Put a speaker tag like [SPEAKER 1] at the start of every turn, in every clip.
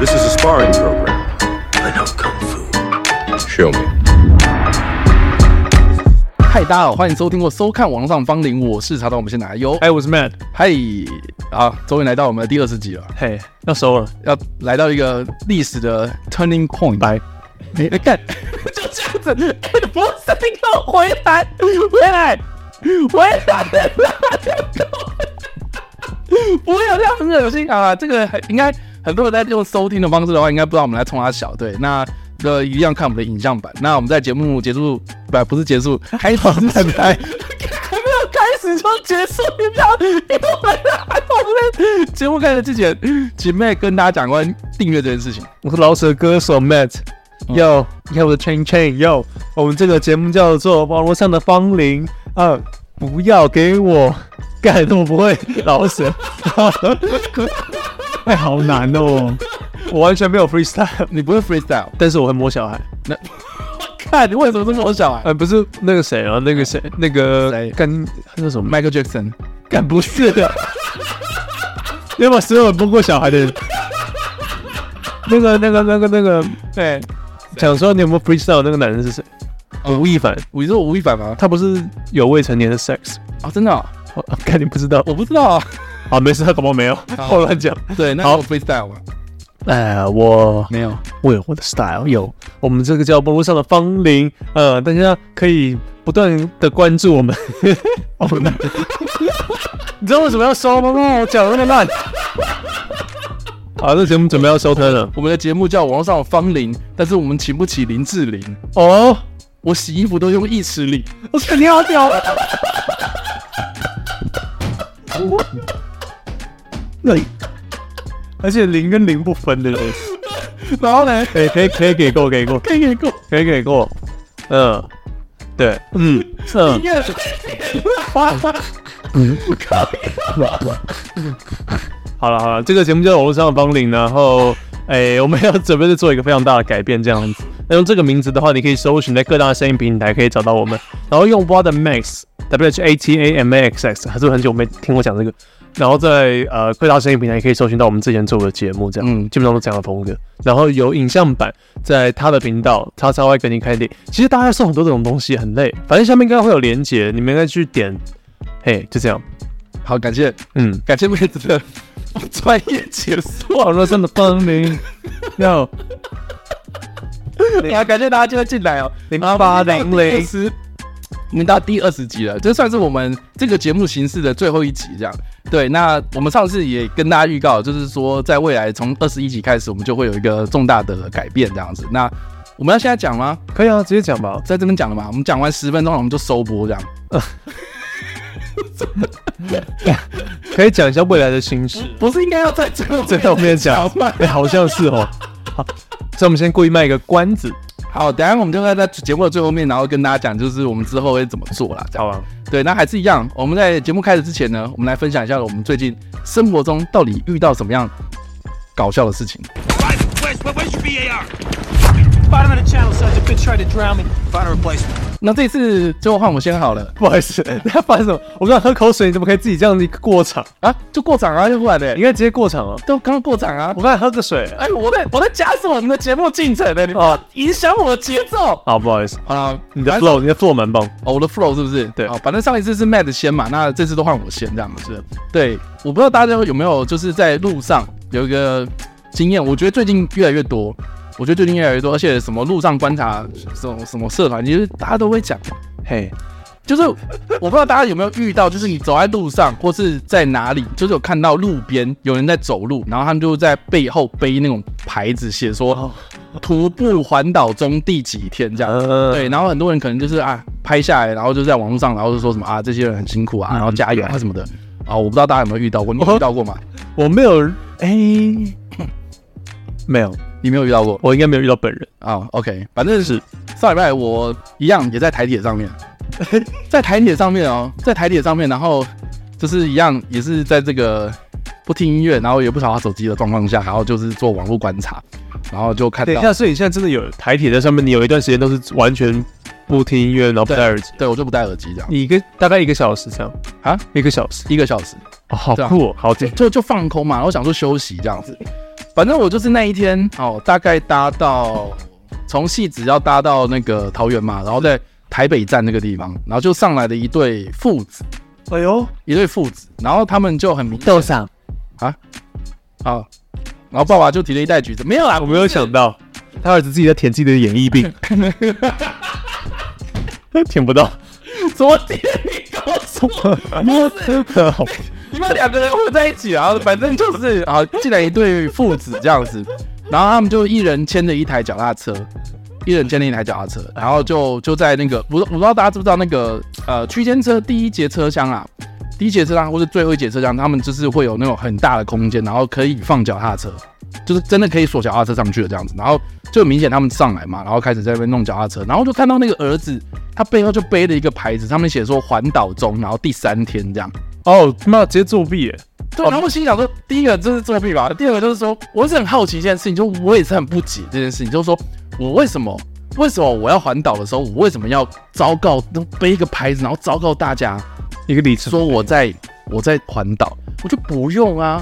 [SPEAKER 1] sparring program. I know kung fu. Show me.
[SPEAKER 2] 嗨，大家好，欢迎收听或收看《网络上芳龄》，我是查到我们先来哟。
[SPEAKER 3] 哎、我是 Matt，
[SPEAKER 2] 嗨，好，终于来到我们的第二十集了，
[SPEAKER 3] 嘿，要收了，
[SPEAKER 2] 要来到一个历史的 turning point。
[SPEAKER 3] 拜。
[SPEAKER 2] 哎，哎干，就这样子，哎不是，你给我回来，回来，回来， 不要这样，很恶心啊！这个应该很多人在用收听的方式的话，应该不知道我们来冲他小对那。呃，一样看我们的影像版。那我们在节目结束，不不是结 束，开始之前还没有开始就结束，你不要，你不能还我们在节目开始之前，请妹跟大家讲关于订阅这件事情。
[SPEAKER 3] 我是老舍歌手 Matt。Yo，你看我的 Chain Chain。Yo，我们这个节目叫做《网络上的芳龄》啊，不要给我 干这么不会老舍，
[SPEAKER 4] 哎，好难哦！
[SPEAKER 3] 我完全没有 freestyle，
[SPEAKER 2] 你不会 freestyle，
[SPEAKER 3] 但是我会摸小孩。
[SPEAKER 2] 那看你为什么这么小啊
[SPEAKER 3] 呃，不是那个谁啊，那个谁，那
[SPEAKER 2] 谁
[SPEAKER 3] 个干那个什么，
[SPEAKER 2] ？Michael Jackson，
[SPEAKER 3] 干不是啊的，
[SPEAKER 4] 要把所有崩过小孩的人，
[SPEAKER 3] 那个那个那个那个，
[SPEAKER 2] 对，
[SPEAKER 3] 想说你有没有 freestyle？那个男人是谁？吴亦凡，
[SPEAKER 2] 我说我吴亦凡吗？
[SPEAKER 3] 他不是有未成年的 sex？
[SPEAKER 2] 啊，真的哦、
[SPEAKER 3] 我 看你不知道，
[SPEAKER 2] 我不知道啊。
[SPEAKER 3] 好，没事，他搞不好没有，
[SPEAKER 2] 好
[SPEAKER 3] 我乱讲。
[SPEAKER 2] 对，那
[SPEAKER 3] 好
[SPEAKER 2] 有 freestyle 吗？
[SPEAKER 3] 哎，我
[SPEAKER 2] 没有。
[SPEAKER 3] 我有我的 style，有我们这个叫网络上的芳龄，呃，大家可以不断的关注我们。
[SPEAKER 4] 哦，那
[SPEAKER 3] 你知道为什么要收吗？我讲的那么烂。好，这节目准备要收摊了。
[SPEAKER 2] 我们的节目叫《网络上有芳龄》，但是我们请不起林志玲。
[SPEAKER 3] 哦，
[SPEAKER 2] 我洗衣服都用一尺里，
[SPEAKER 3] 我肯定要屌。
[SPEAKER 4] 那
[SPEAKER 3] 而且零跟零不分的，
[SPEAKER 2] 然后呢，
[SPEAKER 3] 可以可以可以给过给过
[SPEAKER 2] 可以给够
[SPEAKER 3] 可以给过，嗯，对，嗯
[SPEAKER 2] 音
[SPEAKER 3] 嗯，
[SPEAKER 2] 乐。
[SPEAKER 3] 好了好了，这个节目叫网络上的芳龄，然后哎、我们要准备做一个非常大的改变，这样子。那用这个名字的话，你可以搜寻在各大声音平台可以找到我们，然后用 What Max W H A T A M A X X，还是很久没听我讲这个。然后在呃各大声音平台也可以搜寻到我们之前做的节目，这样，
[SPEAKER 2] 嗯
[SPEAKER 3] 基本上都这样的风格。然后有影像版，在他的频道叉叉 Y 跟你开店。其实大家送很多这种东西很累，反正下面应该会有连接，你们应该去点。嘿，就这样，
[SPEAKER 2] 好，感谢
[SPEAKER 3] 嗯，
[SPEAKER 2] 感谢妹子的专业解 说。
[SPEAKER 3] 网络上的芳 龄，要
[SPEAKER 2] 啊，感谢大家今天进来哦。
[SPEAKER 3] 零八零零
[SPEAKER 2] 其。实我们到第二十集了，这算是我们这个节目形式的最后一集，这样。对，那我们上次也跟大家预告，就是说在未来从二十一集开始，我们就会有一个重大的改变，这样子。那我们要现在讲吗？
[SPEAKER 3] 可以啊，直接讲吧。
[SPEAKER 2] 在这边讲了嘛？我们讲完十分钟，我们就收播，这样。
[SPEAKER 3] 可以讲一下未来的形势。
[SPEAKER 2] 不是应该要在最后啊
[SPEAKER 3] 在后 面讲
[SPEAKER 2] 吗？
[SPEAKER 3] 哎、好像是哦。好，所以我们先故意卖一个关子，
[SPEAKER 2] 好，等一下我们就会在节目的最后面，然后跟大家讲，就是我们之后会怎么做啦。这样
[SPEAKER 3] 好吧？
[SPEAKER 2] 对，那还是一样，我们在节目开始之前呢，我们来分享一下我们最近生活中到底遇到什么样搞笑的事情。
[SPEAKER 5] West, where's your VAR?
[SPEAKER 6] Bottom of the channel, Sergeant. Bitch tried to drown me.
[SPEAKER 5] Find a replacement.
[SPEAKER 2] 那这次就换我先好了
[SPEAKER 3] 不好意思，大家发生什么？我刚才喝口水，你怎么可以自己这样子过场？
[SPEAKER 2] 啊，就过场啊，就忽然的
[SPEAKER 3] 你应，该直接过场了。
[SPEAKER 2] 都刚刚过场啊
[SPEAKER 3] 我。刚才喝个水。
[SPEAKER 2] 哎，我在我在加速我们的节目进程呢，你
[SPEAKER 3] 哦
[SPEAKER 2] 影响我的节奏。
[SPEAKER 3] 好，不好意思，
[SPEAKER 2] 好了，
[SPEAKER 3] 你的
[SPEAKER 2] 反正
[SPEAKER 3] flow，你的 flow 蛮棒。
[SPEAKER 2] 哦，我的 flow 是不是？
[SPEAKER 3] 对
[SPEAKER 2] 好，反正上一次是 Matt 先嘛，那这次都换我先，这样子。是，对，我不知道大家有没有就是在路上有一个经验，我觉得最近越来越多，我觉得最近越来越多，而且什么路上观察什么什么社团，其实大家都会讲，
[SPEAKER 3] 嘿，
[SPEAKER 2] 就是我不知道大家有没有遇到，就是你走在路上或是在哪里，就是有看到路边有人在走路，然后他们就在背后背那种牌子，写说
[SPEAKER 3] 哦，
[SPEAKER 2] 徒步环岛中第几天这样。
[SPEAKER 3] 呃，
[SPEAKER 2] 对，然后很多人可能就是啊拍下来，然后就在网络上，然后就说什么啊这些人很辛苦
[SPEAKER 3] 嗯
[SPEAKER 2] 啊，然后加油啊什么的啊，我不知道大家有没有遇到过，你有遇到 过吗？
[SPEAKER 3] 我没有，哎、没有，
[SPEAKER 2] 你没有遇到过
[SPEAKER 3] 我应该没有遇到本人。
[SPEAKER 2] 啊？OK，反正是上礼拜我一样也在台铁 上面，在台铁上面哦，在台铁上面，然后就是一样也是在这个不听音乐，然后也不查手机的状况下，然后就是做网络观察，然后就看
[SPEAKER 3] 等一
[SPEAKER 2] 到。
[SPEAKER 3] 下，所以你现在真的有台铁在上面，你有一段时间都是完全不听音乐，然后不戴耳机，
[SPEAKER 2] 对，我就不戴耳机这样，
[SPEAKER 3] 你一个大概一个小时这样
[SPEAKER 2] 啊，
[SPEAKER 3] 一个小时，
[SPEAKER 2] 一个小时，
[SPEAKER 3] 哦，好
[SPEAKER 2] 对啊
[SPEAKER 3] 酷、哦，好，这
[SPEAKER 2] 就就放空嘛，然后想说休息这样子。反正我就是那一天哦，大概搭到从戏子要搭到那个桃园嘛，然后在台北站那个地方，然后就上来了一对父子，
[SPEAKER 3] 哎呦，
[SPEAKER 2] 一对父子，然后他们就很明
[SPEAKER 7] 豆上
[SPEAKER 2] 啊，然后爸爸就提了一袋橘子，没有啦，
[SPEAKER 3] 我没 有想到他儿子自己在舔自己的演艺病， 舔不到，
[SPEAKER 2] 昨天你跟我说，
[SPEAKER 3] 好
[SPEAKER 2] 你们两个人混在一起，然后反正就是啊，进来一对父子这样子，然后他们就一人牵着一台脚踏车，一人牵着一台脚踏车，然后就就在那个，我我不知道大家知不知道那个呃区间车第一节车厢啊，第一节车厢或者最后一节车厢，他们就是会有那种很大的空间，然后可以放脚踏车，就是真的可以锁脚踏车上去的这样子，然后就很明显他们上来嘛，然后开始在那边弄脚踏车，然后就看到那个儿子，他背后就背了一个牌子，上面写说环岛中，然后第三天这样。
[SPEAKER 3] 哦，妈，直接作弊耶！
[SPEAKER 2] 对，然后我心想说，第一个这是作弊吧，第二个就是说，我是很好奇一件事情，就我也是很不解这件事情，就是说我为什么为什么我要环岛的时候，我为什么要昭告背一个牌子，然后昭告大家
[SPEAKER 3] 一个里程，
[SPEAKER 2] 说我在我在环岛，我就不用啊，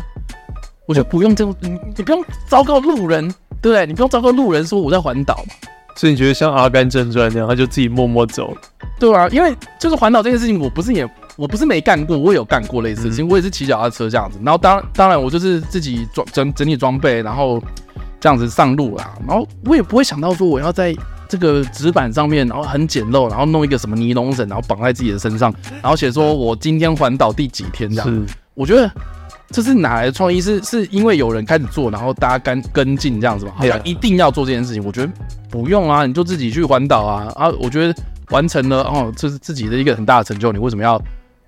[SPEAKER 2] 我就不用这种，你你不用昭告路人，对不对？你不用昭告路人说我在环岛嘛，
[SPEAKER 3] 所以你觉得像《阿甘正传》那样，他就自己默默走了。
[SPEAKER 2] 对啊，因为就是环岛这件事情，我不是也我不是没干过，我也有干过类似的事情，我也是骑脚踏车这样子。然后当当然我就是自己装整整理装备，然后这样子上路啦。然后我也不会想到说我要在这个纸板上面，然后很简陋，然后弄一个什么尼龙绳，然后绑在自己的身上，然后写说我今天环岛第几天这样。
[SPEAKER 3] 是，
[SPEAKER 2] 我觉得这是哪来的创意？是是因为有人开始做，然后大家跟跟进这样子嘛？好像一定要做这件事情，我觉得不用啊，你就自己去环岛啊啊！我觉得完成了哦，这是自己的一个很大的成就，你为什么要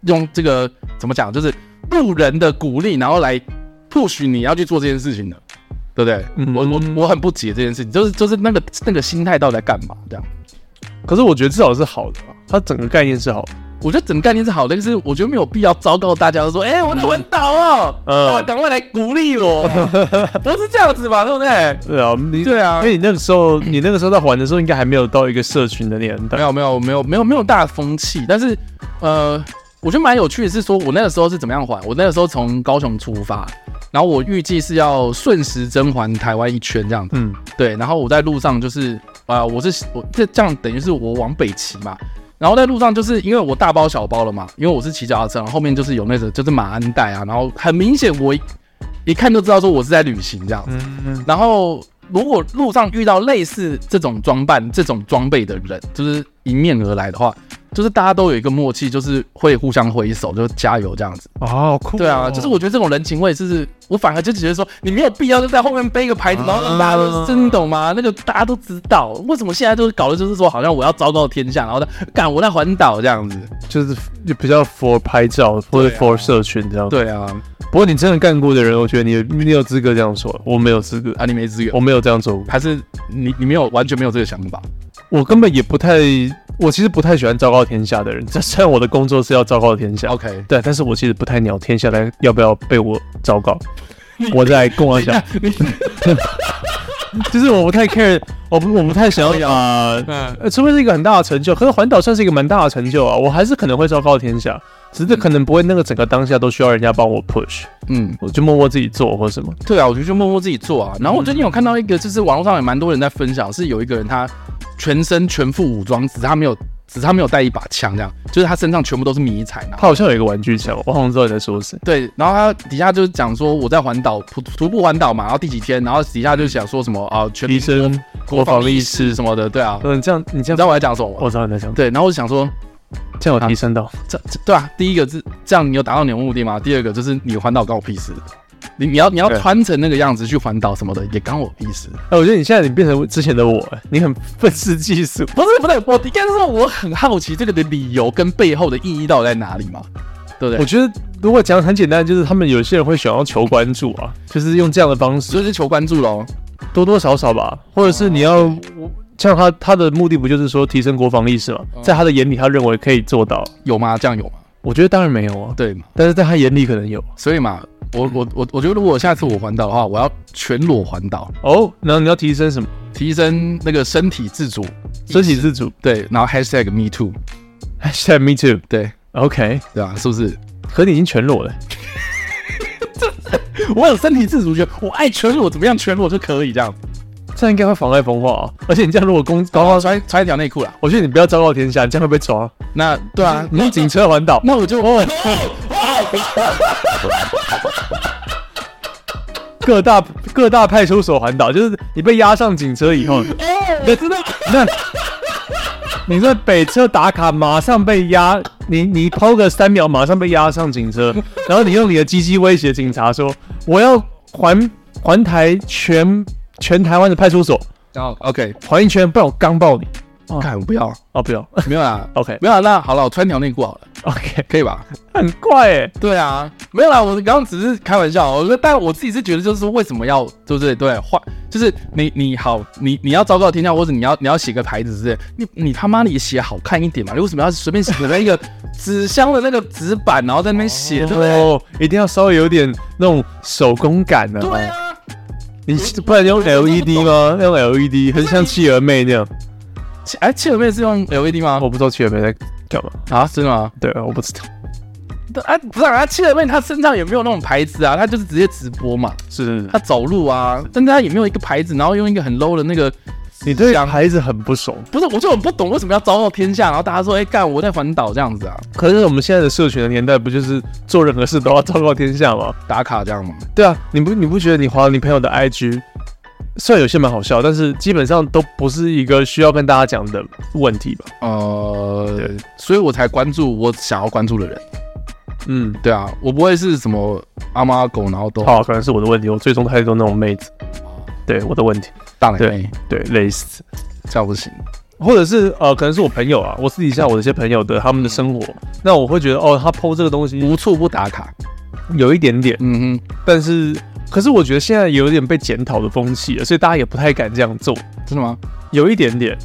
[SPEAKER 2] 用这个怎么讲？就是路人的鼓励，然后来 push 你要去做这件事情呢？对不对？
[SPEAKER 3] 嗯
[SPEAKER 2] 我我我很不解这件事情，就是就是那个那个心态到底在干嘛？这样，
[SPEAKER 3] 可是我觉得至少是好的吧，他整个概念是好的。
[SPEAKER 2] 我觉得整个概念是好的，但是我觉得没有必要昭告大家说， 哎、我在环岛哦，
[SPEAKER 3] 嗯
[SPEAKER 2] 啊，赶快来鼓励 我，不是这样子吧？对不对？
[SPEAKER 3] 对啊，你
[SPEAKER 2] 对啊
[SPEAKER 3] 因为你那个时候，你那个时候在还的时候，应该还没有到一个社群的年代
[SPEAKER 2] 没。有没有没有没有没有大风气，但是呃，我觉得蛮有趣的是说，我那个时候是怎么样还？我那个时候从高雄出发，然后我预计是要顺时针环台湾一圈这样子，
[SPEAKER 3] 嗯，
[SPEAKER 2] 对，然后我在路上就是啊、呃我是我这这样等于是我往北骑嘛。然后在路上，就是因为我大包小包了嘛，因为我是骑脚踏车，然后后面就是有那个就是马鞍带啊，然后很明显我一一看就知道说我是在旅行这样子。
[SPEAKER 3] 嗯
[SPEAKER 2] 然后如果路上遇到类似这种装扮、这种装备的人，就是迎面而来的话，就是大家都有一个默契，就是会互相挥手，就加油这样子。
[SPEAKER 3] 哦，好酷
[SPEAKER 2] 对啊，就是我觉得这种人情味，就是我反而就觉得说，你没有必要就在后面背一个牌子，然后让大家都真你懂吗？那个大家都知道，为什么现在就是搞的就是说，好像我要昭告天下，然后呢，干我在环岛这样子。
[SPEAKER 3] 就是就比较 for 拍照或者 for 社群这样。，
[SPEAKER 2] 啊对啊，
[SPEAKER 3] 不过你真的干过的人，我觉得你你有资格这样说，我没有资格，
[SPEAKER 2] 啊你没资格
[SPEAKER 3] 我，没有这样做过，
[SPEAKER 2] 还是你你没有完全没有这个想法？
[SPEAKER 3] 我根本也不太，我其实不太喜欢昭告天下的人。虽然我的工作是要昭告天下
[SPEAKER 2] OK
[SPEAKER 3] 对，但是我其实不太鸟天下来要不要被我昭告。我在跟我 讲， 就是我不太 care，我不我不太想 要啊，呃，除非是一个很大的成就，可是环岛算是一个蛮大的成就啊，我还是可能会昭告天下，只是可能不会那个整个当下都需要人家帮我 push，
[SPEAKER 2] 嗯，
[SPEAKER 3] 我就默默自己做或什么。
[SPEAKER 2] 对啊，我就就默默自己做啊。然后我最近有看到一个，就是网络上也蛮多人在分享，是有一个人他全身全副武装，只是他没有，只是他没有带一把枪，这样，就是他身上全部都是迷彩。然后
[SPEAKER 3] 他好像有一个玩具枪，我好像知道你在说谁。
[SPEAKER 2] 对，然后他底下就是讲说我在环岛徒徒步环岛嘛，然后第几天，然后底下就想说什么啊，全
[SPEAKER 3] 医
[SPEAKER 2] 民
[SPEAKER 3] 生，
[SPEAKER 2] 国防意识什么的，对啊。
[SPEAKER 3] 嗯，这样你这
[SPEAKER 2] 你知
[SPEAKER 3] 样
[SPEAKER 2] 道我在讲什么吗？
[SPEAKER 3] 我知道你在讲，
[SPEAKER 2] 对，然后我就想说，
[SPEAKER 3] 这样有提升到。
[SPEAKER 2] 这这对啊，第一个是这样，你有达到你的目的吗？第二个就是你环岛关我屁事，你你要你要
[SPEAKER 3] 对
[SPEAKER 2] 穿成那个样子去环岛什么的，也关我屁事。
[SPEAKER 3] 哎、我觉得你现在你变成之前的我，你很愤世嫉俗。
[SPEAKER 2] 不是不对，我应该是说我很好奇这个的理由跟背后的意义到底在哪里嘛，对不
[SPEAKER 3] 我
[SPEAKER 2] 对？
[SPEAKER 3] 觉得如果讲很简单，就是他们有些人会想要求关注啊，就是用这样的方式，
[SPEAKER 2] 所以是求关注喽。
[SPEAKER 3] 多多少少吧，或者是你要。像他他的目的不就是说提升国防意识嘛，在他的眼里，他认为可以做到。
[SPEAKER 2] 有吗？这样有吗？
[SPEAKER 3] 我觉得当然没有啊，
[SPEAKER 2] 对嘛？
[SPEAKER 3] 但是在他眼里可能有。
[SPEAKER 2] 所以嘛，我我我我觉得如果下次我环岛的话，我要全裸环岛，
[SPEAKER 3] 哦，然后你要提升什么？
[SPEAKER 2] 提升那个身体自主，
[SPEAKER 3] 身体自主。
[SPEAKER 2] 对，然后 hashtag me too，
[SPEAKER 3] Hashtag me too。
[SPEAKER 2] 对
[SPEAKER 3] OK，
[SPEAKER 2] 对吧、是不是？
[SPEAKER 3] 可你已经全裸了。
[SPEAKER 2] 我有身体自主权，我爱全裸怎么样全裸就可以这样。
[SPEAKER 3] 这样应该会妨碍风化、啊。而且你这样如果公高高，
[SPEAKER 2] 穿穿一条内裤啦。
[SPEAKER 3] 我觉得你不要昭告天下，你这样会被抓。
[SPEAKER 2] 那对啊，哦
[SPEAKER 3] 你警车环岛，
[SPEAKER 2] 那我就我
[SPEAKER 3] 各大各大派出所环岛，就是你被押上警车以后，
[SPEAKER 2] 我知道，
[SPEAKER 3] 那你在北车打卡，马上被压，你你抛个三秒，马上被压上警车，然后你用你的鸡鸡威胁警察说，我要环环台全全台湾的派出所
[SPEAKER 2] 然后 OK，
[SPEAKER 3] 环一圈，不然我刚爆你。
[SPEAKER 2] 看我不 要，
[SPEAKER 3] 哦，不要
[SPEAKER 2] 没有啦
[SPEAKER 3] OK
[SPEAKER 2] 没有啦。那好了，我穿条内裤好了，
[SPEAKER 3] ，OK，
[SPEAKER 2] 可以吧？
[SPEAKER 3] 很怪哎、
[SPEAKER 2] 对啊，没有啦，我刚刚只是开玩笑，哦我说，但我自己是觉得，就是为什么要，对不对？对，换就是你你好，你你要昭告天下，或者你要你要写个牌子之类，你你他妈的也写好看一点嘛，你为什么要随便写那一个纸箱的那个纸板，然后在那边写，对不对？
[SPEAKER 3] 哦，一定要稍微有点那种手工感的、哦
[SPEAKER 2] 对啊，
[SPEAKER 3] 你不然用 LED 吗？用 LED 很像企鹅妹那样。
[SPEAKER 2] 切哎，切尔妹是用 LED 吗？
[SPEAKER 3] 我不知道企鹅妹在干嘛。
[SPEAKER 2] 啊，真的吗？
[SPEAKER 3] 对啊，我不知道。
[SPEAKER 2] 对啊，不是啊，切尔妹她身上也没有那种牌子啊，她就是直接直播嘛，
[SPEAKER 3] 是
[SPEAKER 2] 她走路啊，但她也没有一个牌子，然后用一个很 low 的那个
[SPEAKER 3] 你对孩子很不熟。
[SPEAKER 2] 不是，我就很不懂为什么要昭告天下，然后大家说，哎、干，我在环岛这样子啊，
[SPEAKER 3] 可是我们现在的社群的年代，不就是做任何事都要昭告天下吗？
[SPEAKER 2] 打卡这样吗？
[SPEAKER 3] 对啊，你不你不觉得你划你朋友的 IG，虽然有些蛮好笑，但是基本上都不是一个需要跟大家讲的问题吧？
[SPEAKER 2] 呃，所以我才关注我想要关注的人。
[SPEAKER 3] 嗯，
[SPEAKER 2] 对啊，我不会是什么阿猫阿狗，然后都
[SPEAKER 3] 好，可能是我的问题，我追踪太多那种妹子，对我的问题，
[SPEAKER 2] 大奶
[SPEAKER 3] 对
[SPEAKER 2] 妹，
[SPEAKER 3] 对，类似，
[SPEAKER 2] 这样不行。
[SPEAKER 3] 或者是呃，可能是我朋友啊，我私底下我的一些朋友的他们的生活，那我会觉得哦，他 PO 这个东西
[SPEAKER 2] 无处不打卡。
[SPEAKER 3] 有一点点，
[SPEAKER 2] 嗯哼，
[SPEAKER 3] 但是可是我觉得现在有点被检讨的风气了，所以大家也不太敢这样做，
[SPEAKER 2] 真的吗？
[SPEAKER 3] 有一点点。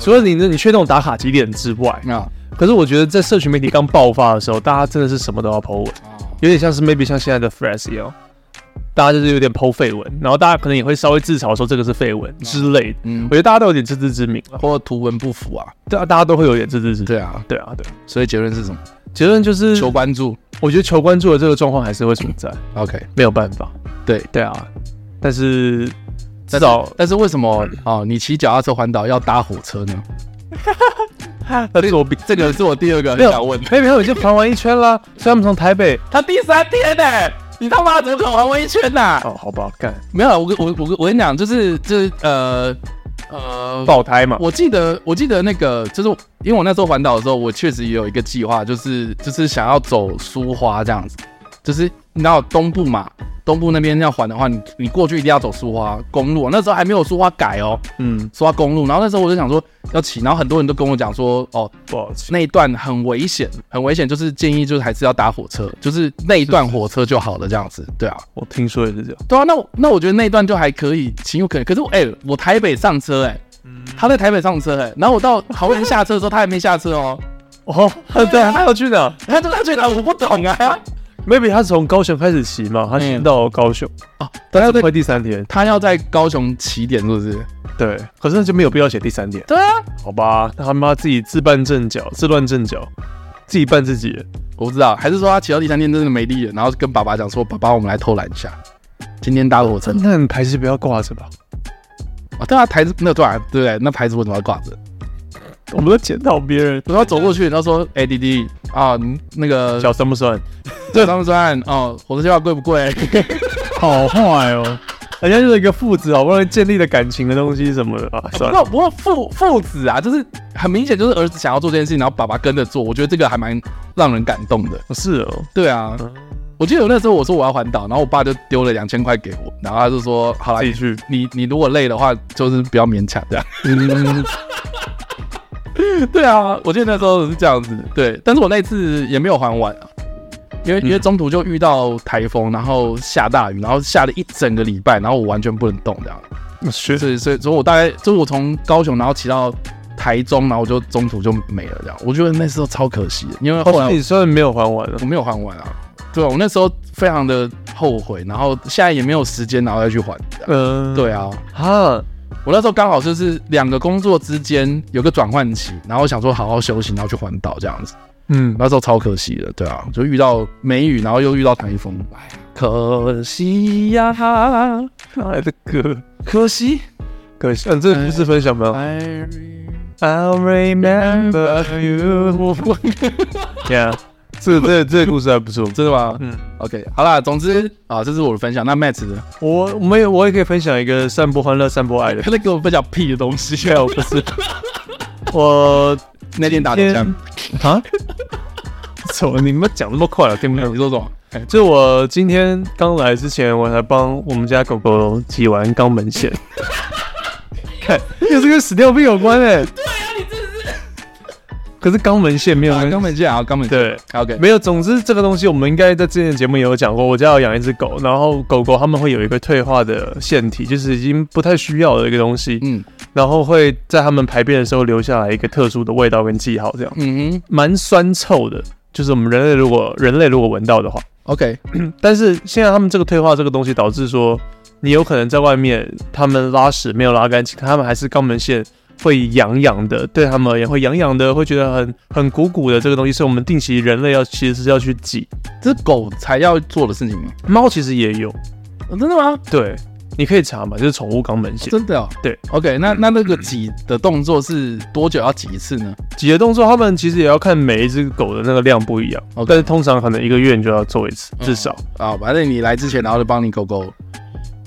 [SPEAKER 3] 除了你那你去那种打卡景点之外，
[SPEAKER 2] 啊，
[SPEAKER 3] 可是我觉得在社群媒体刚爆发的时候，大家真的是什么都要 PO 文，
[SPEAKER 2] 哦
[SPEAKER 3] 有点像是 maybe 像现在的 Threads 一样，大家就是有点 PO 绯闻，然后大家可能也会稍微自嘲说这个是绯闻之类的。
[SPEAKER 2] 嗯
[SPEAKER 3] 我觉得大家都有点自知之明了，
[SPEAKER 2] 或图文不符啊。
[SPEAKER 3] 对啊，大家都会有点自知之明。
[SPEAKER 2] 对啊，
[SPEAKER 3] 对啊，对。
[SPEAKER 2] 所以结论是什么？
[SPEAKER 3] 结论就是，
[SPEAKER 2] 求关注。
[SPEAKER 3] 我觉得求关注的这个状况还是会存在，
[SPEAKER 2] OK，
[SPEAKER 3] 没有办法。
[SPEAKER 2] 嗯对
[SPEAKER 3] 对啊，但是至少
[SPEAKER 2] 但是为什么哦，你骑脚踏车环岛要搭火车呢？
[SPEAKER 3] 那是我比
[SPEAKER 2] 这个是我第二个很
[SPEAKER 3] 没有
[SPEAKER 2] 想问的。
[SPEAKER 3] 妹妹他们已经环完一圈啦，所以他们从台北
[SPEAKER 2] 他第三天呢、你他妈怎么可能玩微圈呐、
[SPEAKER 3] 哦，好吧，干
[SPEAKER 2] 没有，啊我跟我我我跟你讲，就是就是呃呃，
[SPEAKER 3] 爆胎嘛，
[SPEAKER 2] 我记得我记得那个，就是因为我那时候环岛的时候，我确实也有一个计划，就是就是想要走苏花这样子，就是你知道东部嘛，东部那边要环的话，你你过去一定要走苏花公路，那时候还没有苏花改哦，
[SPEAKER 3] 嗯，
[SPEAKER 2] 苏花公路，然后那时候我就想说要骑，然后很多人都跟我讲说，哦，
[SPEAKER 3] 不好吃。
[SPEAKER 2] 那一段很危险，很危险，就是建议就是还是要搭火车，就是那一段火车就好了这样子，对啊。
[SPEAKER 3] 我听说也是这样，
[SPEAKER 2] 对啊，那我那我觉得那一段就还可以，情有可原。可是我哎、我台北上车哎、他在台北上车哎、然后我到桃园下车的时候，他还没下车哦，
[SPEAKER 3] 哦， 对啊，他要去哪
[SPEAKER 2] 他就在这里了，我不懂啊。
[SPEAKER 3] ？maybe 他是从高雄开始骑嘛，他先到高雄，
[SPEAKER 2] 哦，大家嗯
[SPEAKER 3] 这
[SPEAKER 2] 对
[SPEAKER 3] 会第三天，
[SPEAKER 2] 他要在高雄起点是不是？
[SPEAKER 3] 对，可是那就没有必要写第三天，
[SPEAKER 2] 对啊，
[SPEAKER 3] 好吧？那他妈自己自办阵脚，自乱阵脚，自己办自己，
[SPEAKER 2] 我不知道，还是说他骑到第三天真的没力了，然后跟爸爸讲说，爸爸，我们来偷懒一下，今天搭火车。
[SPEAKER 3] 那你牌子不要挂着吧？
[SPEAKER 2] 哦，对啊，台子那对啊，对不对？那牌子为什么要挂着？
[SPEAKER 3] 我们都检讨别人，
[SPEAKER 2] 我要走过去，然后说，哎、弟弟啊，你那个
[SPEAKER 3] 脚酸不酸？
[SPEAKER 2] 对他们说，哦，火车票贵不贵？
[SPEAKER 4] 好坏哦，
[SPEAKER 3] 人家就是一个父子好啊不容易建立的感情的东西什么的啊，
[SPEAKER 2] 不
[SPEAKER 3] 算
[SPEAKER 2] 过
[SPEAKER 3] 了，
[SPEAKER 2] 不过父父子啊，就是很明显就是儿子想要做这件事情，然后爸爸跟着做，我觉得这个还蛮让人感动的。
[SPEAKER 3] 是哦，
[SPEAKER 2] 对啊，我记得有那时候我说我要环岛，然后我爸就丢了两千块给我，然后他就说好了
[SPEAKER 3] 自，己去，
[SPEAKER 2] 你你如果累的话，就是不要 勉强这 样。对啊，我记得那时候是这样子，对，但是我那次也没有还完啊，因为
[SPEAKER 3] 嗯
[SPEAKER 2] 因为中途就遇到台风，然后下大雨，然后下了一整个礼拜，然后我完全不能动这样。
[SPEAKER 3] 哎学
[SPEAKER 2] 所以所以所以我大概就是我从高雄然后骑到台中，然后我就中途就没了这样。我觉得那时候超可惜的，因为后来
[SPEAKER 3] 哦，你虽然没有还完了
[SPEAKER 2] 我，没有还完啊。对啊，我那时候非常的后悔，然后现在也没有时间，然后再去还。
[SPEAKER 3] 嗯，
[SPEAKER 2] 对啊，
[SPEAKER 3] 哈，
[SPEAKER 2] 我那时候刚好就是两个工作之间有个转换期，然后想说好好休息，然后去环岛这样子。
[SPEAKER 3] 嗯，
[SPEAKER 2] 那时候超可惜的，对啊，就遇到梅雨，然后又遇到台风，哎呀，
[SPEAKER 3] 可惜呀、哪来的歌？
[SPEAKER 2] 可惜
[SPEAKER 3] 可惜，嗯、这个故事分享没有
[SPEAKER 2] ，I
[SPEAKER 3] ？I'll remember you 。Yeah，这这这个故事还不错。
[SPEAKER 2] 真的吗？
[SPEAKER 3] 嗯
[SPEAKER 2] ，OK，好啦，总之啊，这是我的分享。那 Matt 的，
[SPEAKER 3] 我我们也我也可以分享一个散播欢乐、散播爱的
[SPEAKER 2] 他。在给我分享屁的东西。
[SPEAKER 3] 对，我不是我
[SPEAKER 2] 那天打
[SPEAKER 3] 今
[SPEAKER 2] 麻
[SPEAKER 3] 天
[SPEAKER 2] 将，
[SPEAKER 3] 啊？怎么你们讲那么快了？听不
[SPEAKER 2] 你
[SPEAKER 3] 懂
[SPEAKER 2] 说什么？
[SPEAKER 3] 就我今天刚来之前，我才帮我们家狗狗挤完肛门腺。看，也是跟屎尿病有关哎、对啊，你真的是。可是肛门腺没有
[SPEAKER 2] 啊
[SPEAKER 3] 跟、
[SPEAKER 2] 肛门线啊，肛门线
[SPEAKER 3] 对。
[SPEAKER 2] ，OK，
[SPEAKER 3] 没有，总之这个东西我们应该在之前的节目也有讲过。我家有养一只狗，然后狗狗它们会有一个退化的腺体，就是已经不太需要的一个东西，
[SPEAKER 2] 嗯
[SPEAKER 3] 然后会在它们排便的时候留下来一个特殊的味道跟记号，这样
[SPEAKER 2] 嗯哼
[SPEAKER 3] 蛮酸臭的。就是我们人类如果人类如果闻到的话，
[SPEAKER 2] ，OK，
[SPEAKER 3] 但是现在他们这个退化这个东西，导致说你有可能在外面他们拉屎没有拉干净，他们还是肛门腺会痒痒的，对他们而言会痒痒的，会觉得很很鼓鼓的。这个东西是我们定期人类要其实是要去挤，
[SPEAKER 2] 这是狗才要做的事情吗？啊
[SPEAKER 3] 猫其实也有，
[SPEAKER 2] 哦真的吗？
[SPEAKER 3] 对，你可以查嘛，就是宠物肛门腺。
[SPEAKER 2] 真的哦，
[SPEAKER 3] 对
[SPEAKER 2] ，OK，那那那个挤的动作是多久要挤一次呢？
[SPEAKER 3] 挤的动作，他们其实也要看每一只狗的那个量不一样哦
[SPEAKER 2] OK
[SPEAKER 3] 但是通常可能一个月你就要做一次，至少。
[SPEAKER 2] 啊，反正你来之前，然后就帮你狗狗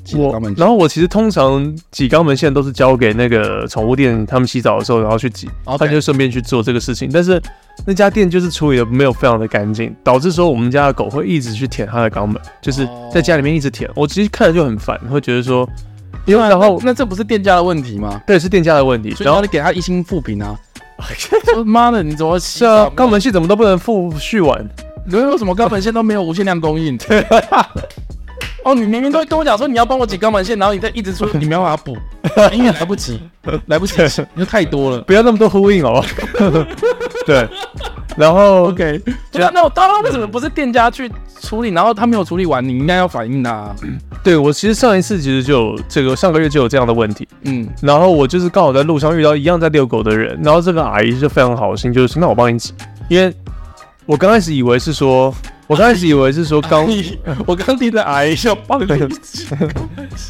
[SPEAKER 2] 挤
[SPEAKER 3] 我
[SPEAKER 2] 肛门，
[SPEAKER 3] 然后我其实通常挤肛门线都是交给那个宠物店，他们洗澡的时候然后去挤，
[SPEAKER 2] OK
[SPEAKER 3] 他就顺便去做这个事情。但是那家店就是处理的没有非常的干净，导致说我们家的狗会一直去舔它的肛门，就是
[SPEAKER 2] 哦
[SPEAKER 3] 在家里面一直舔。我其实看着就很烦，会觉 得说，因为然后
[SPEAKER 2] 那这不是店家的问题吗？
[SPEAKER 3] 对是店家的问题，
[SPEAKER 2] 所以
[SPEAKER 3] 然
[SPEAKER 2] 他
[SPEAKER 3] 后
[SPEAKER 2] 得。给他一星负评啊！说妈的，你怎么洗
[SPEAKER 3] 是啊
[SPEAKER 2] 澡，
[SPEAKER 3] 肛门线怎么都不能复续完，
[SPEAKER 2] 你为什么肛门线都没有无限量供应？ 哦，你明明都会跟我讲说你要帮我挤肛门线，然后你再一直说你没有办法补，因为来不及，来不及，你就太多了。
[SPEAKER 3] 不要那么多呼应 好不好？对，然后
[SPEAKER 2] OK，那那我当然为什么不是店家去处理，然后他没有处理完，你应啊该要反映他、
[SPEAKER 3] 对我其实上一次其实就有这个上个月就有这样的问题，
[SPEAKER 2] 嗯，
[SPEAKER 3] 然后我就是刚好在路上遇到一样在遛狗的人，然后这个阿姨就非常好心，就是说那我帮你挤，因为我刚开始以为是说，我刚开始以为是说刚，然
[SPEAKER 2] 我刚听的癌要帮你挤，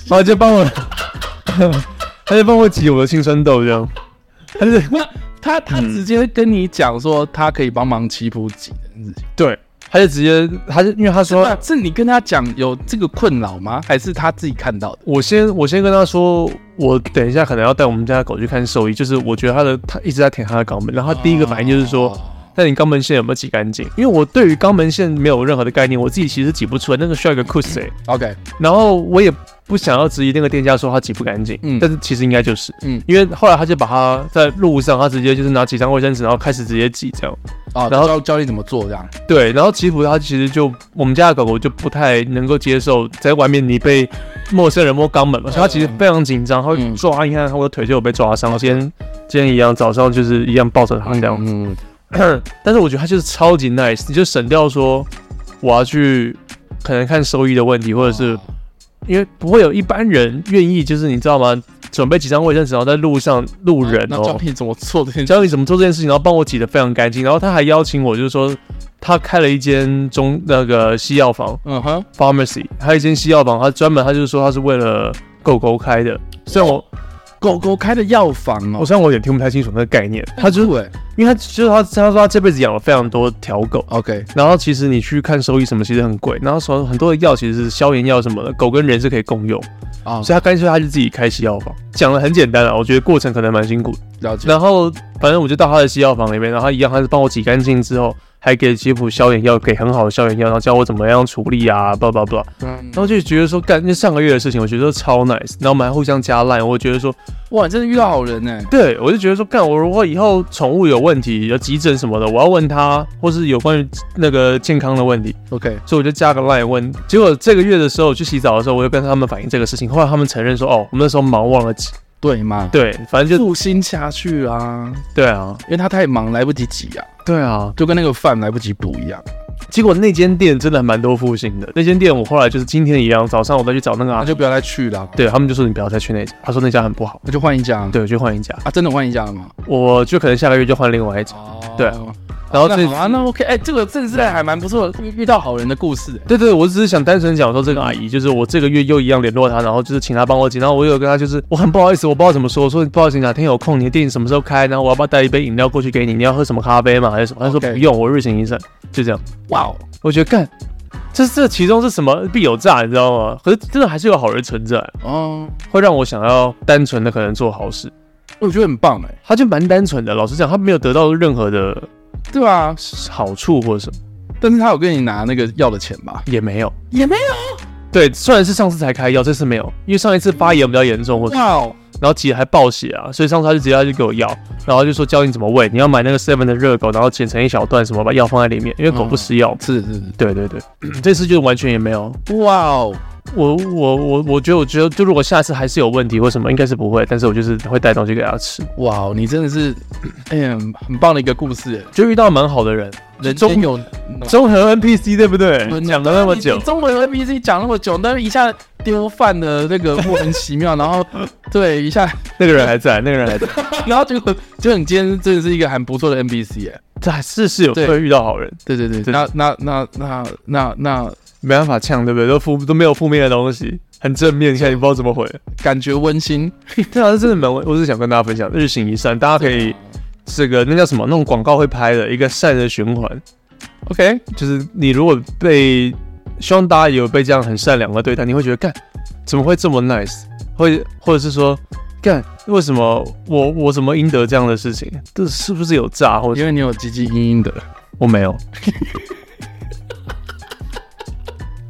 [SPEAKER 3] 后就帮我，他就帮我挤我的青春痘这样，
[SPEAKER 2] 他是他他直接跟你讲说他可以帮忙祈福挤的事情，
[SPEAKER 3] 对，他就直接，他就因为他说
[SPEAKER 2] 是吧是你跟他讲有这个困扰吗？还是他自己看到的？
[SPEAKER 3] 我先我先跟他说，我等一下可能要带我们家狗去看兽医，就是我觉得他的他一直在舔他的肛门，然后他第一个反应就是说。
[SPEAKER 2] 哦
[SPEAKER 3] 那你肛门线有没有挤干净？因为我对于肛门线没有任何的概念，我自己其实挤不出来，那个需要一个 c u s
[SPEAKER 2] ，OK，
[SPEAKER 3] 然后我也不想要质疑那个店家说他挤不干净，
[SPEAKER 2] 嗯
[SPEAKER 3] 但是其实应该就是，
[SPEAKER 2] 嗯
[SPEAKER 3] 因为后来他就把他在路上，他直接就是拿几张卫生纸，然后开始直接挤这样，
[SPEAKER 2] 哦，
[SPEAKER 3] 然后
[SPEAKER 2] 教教你怎么做这样，
[SPEAKER 3] 对，然后吉普他其实就我们家的狗狗就不太能够接受在外面你被陌生人摸肛门嘛，
[SPEAKER 2] 哦
[SPEAKER 3] 所以他其实非常紧张，他会
[SPEAKER 2] 嗯
[SPEAKER 3] 抓，你看我的腿就有被抓伤，今天今天一样早上就是一样抱着它这样，
[SPEAKER 2] 嗯，
[SPEAKER 3] 但是我觉得他就是超级 nice，你就省掉说我要去可能看收益的问题，或者是因为不会有一般人愿意，就是你知道吗？准备几张卫生纸，然后在路上路人
[SPEAKER 2] 那教
[SPEAKER 3] 哦，
[SPEAKER 2] 你怎么做这件事，
[SPEAKER 3] 教你怎么做这件事情，然后帮我挤得非常干净，然后他还邀请我，就是说他开了一间中那个西药房
[SPEAKER 2] 嗯哼，
[SPEAKER 3] pharmacy，还有一间西药房，他专门他就是说他是为了狗狗开的，虽然我
[SPEAKER 2] 狗狗开的药房
[SPEAKER 3] 我
[SPEAKER 2] 哦，
[SPEAKER 3] 虽然我有点听不太清楚那个概念，他就是
[SPEAKER 2] 对
[SPEAKER 3] 因为他就是他他说他这辈子养了非常多条狗，
[SPEAKER 2] ，OK，
[SPEAKER 3] 然后其实你去看兽医什么，其实很贵。然后说很多的药其实是消炎药什么的，狗跟人是可以共用，
[SPEAKER 2] 啊，
[SPEAKER 3] 所以他干脆他就自己开西药房。讲的很简单啊，我觉得过程可能蛮辛苦的。
[SPEAKER 2] 了解，
[SPEAKER 3] 然后反正我就到他的西药房里面，然后他一样，他是帮我挤干净之后，还给吉普消炎药，给很好的消炎药，然后教我怎么样处理啊，叭叭叭。
[SPEAKER 2] 嗯
[SPEAKER 3] 然后就觉得说，干那上个月的事情，我觉得超 nice。然后我们还互相加 line，我觉得说，
[SPEAKER 2] 哇，你真的遇到好人欸呢，
[SPEAKER 3] 对我就觉得说，干我如果以后宠物有问题，有急诊什么的，我要问他，或是有关于那个健康的问题。
[SPEAKER 2] ，OK，
[SPEAKER 3] 所以我就加个 line 问。结果这个月的时候我去洗澡的时候，我就跟他们反映这个事情，后来他们承认说，哦，我们那时候忙忘了挤。
[SPEAKER 2] 对嘛，
[SPEAKER 3] 对，反正就
[SPEAKER 2] 复兴下去啊，
[SPEAKER 3] 对啊，
[SPEAKER 2] 因为他太忙来不及挤啊，
[SPEAKER 3] 对啊。
[SPEAKER 2] 就跟那个饭来不及补一样，
[SPEAKER 3] 结果那间店真的蛮多复兴的，那间店我后来就是今天一样，早上我再去找那个
[SPEAKER 2] 那
[SPEAKER 3] 阿
[SPEAKER 2] 就不要再去了，
[SPEAKER 3] 对他们就说你不要再去那家，他说那家很不好，
[SPEAKER 2] 那就换一家，
[SPEAKER 3] 对，我去换一家，
[SPEAKER 2] 啊，真的换一家了吗？
[SPEAKER 3] 我就可能下个月就换另外一家。
[SPEAKER 2] 哦
[SPEAKER 3] 对然后这
[SPEAKER 2] 那好啊，那 OK，哎、这个正是还蛮不错的，遇到好人的故事、欸
[SPEAKER 3] 对对，我只是想单纯讲说这个阿姨，就是我这个月又一样联络她，然后就是请她帮我剪，然后我有跟她就是我很不好意思，我不知道怎么说，我说不好意思，哪天有空你的电影什么时候开，然后我要不要带一杯饮料过去给你？你要喝什么咖啡吗？还是什么？她说
[SPEAKER 2] OK
[SPEAKER 3] 不用，我日行一善，就这样。
[SPEAKER 2] 哇哦，
[SPEAKER 3] 我觉得干，这这其中是什么必有诈，你知道吗？可是真的还是有好人存在，
[SPEAKER 2] 哦，
[SPEAKER 3] 会让我想要单纯的可能做好事。
[SPEAKER 2] 我觉得很棒哎、
[SPEAKER 3] 她就蛮单纯的，老实讲，她没有得到任何的
[SPEAKER 2] 对啊，
[SPEAKER 3] 好处或者什么，
[SPEAKER 2] 但是他有跟你拿那个要的钱吧？
[SPEAKER 3] 也没有。
[SPEAKER 2] 也没有，
[SPEAKER 3] 对，虽然是上次才开药，这次没有，因为上一次发炎比较严重，或者
[SPEAKER 2] 哇哦，
[SPEAKER 3] 然后姐还暴血啊，所以上次他就直接他就给我药，然后就说教你怎么喂，你要买那个 seven 的热狗，然后剪成一小段什么，把药放在里面，因为狗不吃药。
[SPEAKER 2] 是是
[SPEAKER 3] 对对对，这次就完全也没有。
[SPEAKER 2] 是，哇哦，
[SPEAKER 3] 我我我我觉得我觉得，就如果下次还是有问题或什么，应该是不会，但是我就是会带东西给他吃，
[SPEAKER 2] 哇哦，你真的是，哎、呀，很棒的一个故事、哎
[SPEAKER 3] 就遇到蛮好的人，
[SPEAKER 2] 人
[SPEAKER 3] 中
[SPEAKER 2] 间有
[SPEAKER 3] 中和 NPC 对不对？
[SPEAKER 2] 嗯
[SPEAKER 3] 讲了那么
[SPEAKER 2] 你
[SPEAKER 3] 久
[SPEAKER 2] 你，中文 NPC 讲那么久，但是一下丢饭的那个莫名其妙，然后对一下，
[SPEAKER 3] 那个人还在，那个人还在，
[SPEAKER 2] 然后结果结果你今天真的是一个很不错的 NPC 哎、
[SPEAKER 3] 这还是是有
[SPEAKER 2] 对
[SPEAKER 3] 会遇到好人，
[SPEAKER 2] 对对对，
[SPEAKER 3] 对
[SPEAKER 2] 那那那那那那
[SPEAKER 3] 没办法呛，对不对？都负都没有负面的东西，很正面，现在你不知道怎么回。
[SPEAKER 2] 感觉温馨，
[SPEAKER 3] 对啊，这真的蛮，我只是想跟大家分享日行一善，大家可以这个那叫什么，那种广告会拍的一个善的循环。OK，就是你如果被，希望大家也有被这样很善良的对待，你会觉得干怎么会这么 nice，会或者是说干为什么我我怎么应得这样的事情，这是不是有诈或者
[SPEAKER 2] 因为你有唧唧嘤嘤的，
[SPEAKER 3] 我没有。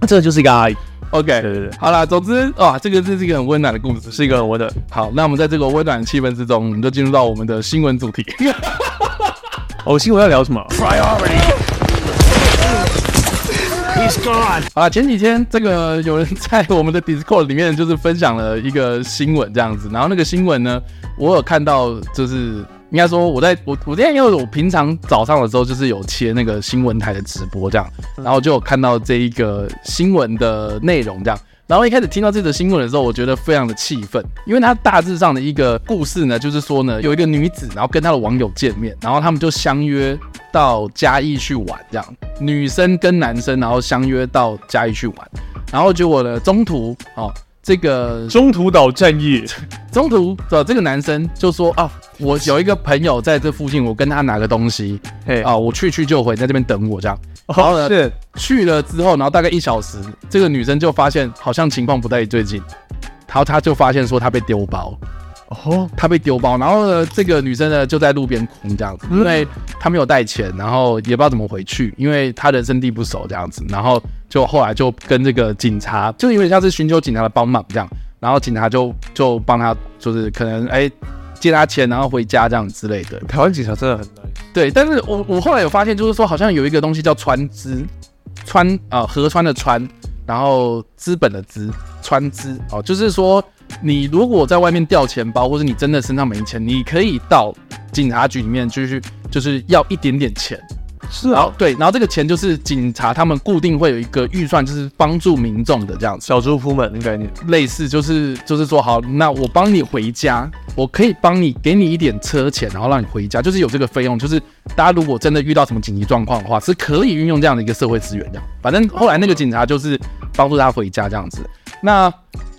[SPEAKER 3] 这就是一个阿姨，
[SPEAKER 2] OK，
[SPEAKER 3] 对对对
[SPEAKER 2] 好啦，总之哇，这个是一个很温暖的故事。
[SPEAKER 3] 是一个很温暖。
[SPEAKER 2] 好，那我们在这个温暖的气氛之中，我们就进入到我们的新闻主题。
[SPEAKER 3] 哦，新闻要聊什么？
[SPEAKER 6] He's gone.
[SPEAKER 2] 好啦，前几天这个有人在我们的 Discord 里面就是分享了一个新闻这样子，然后那个新闻呢，我有看到，就是应该说我在我我今天因为我平常早上的时候就是有切那个新闻台的直播这样，然后就有看到这一个新闻的内容这样。然后一开始听到这则新闻的时候，我觉得非常的气愤，因为它大致上的一个故事呢，就是说呢，有一个女子，然后跟她的网友见面，然后他们就相约到嘉义去玩，这样，女生跟男生，然后相约到嘉义去玩，然后结果呢，中途哦，这个
[SPEAKER 3] 中途岛战 役，
[SPEAKER 2] 中途的这个男生就说啊，我有一个朋友在这附近，我跟他拿个东西
[SPEAKER 3] 嘿
[SPEAKER 2] 啊，我去去就回，在这边等我这样。然后
[SPEAKER 3] 哦好
[SPEAKER 2] 呢，
[SPEAKER 3] 是
[SPEAKER 2] 去了之后，然后大概一小时，这个女生就发现好像情况不太对劲，然后她就发现说她被丢包，
[SPEAKER 3] 哦，
[SPEAKER 2] 她被丢包，然后呢，这个女生呢就在路边哭这样子，因为她没有带钱，然后也不知道怎么回去，因为她人生地不熟这样子，然后就后来就跟这个警察，就有点像是寻求警察的帮忙这样，然后警察就就帮她，就是可能哎借她钱，然后回家这样之类的，
[SPEAKER 3] 台湾警察真的很难。
[SPEAKER 2] 对，但是我我后来有发现，就是说好像有一个东西叫川资，川呃河川的川，然后资本的资，川资哦，就是说你如果在外面掉钱包，或者你真的身上没钱，你可以到警察局里面就去，就是要一点点钱。
[SPEAKER 3] 是啊，
[SPEAKER 2] 对，然后这个钱就是警察他们固定会有一个预算，就是帮助民众的这样子。
[SPEAKER 3] 小猪铺满的概念。
[SPEAKER 2] 类似就是就是说好，那我帮你回家，我可以帮你给你一点车钱，然后让你回家，就是有这个费用。就是大家如果真的遇到什么紧急状况的话，是可以运用这样的一个社会资源的。反正后来那个警察就是帮助他回家这样子。那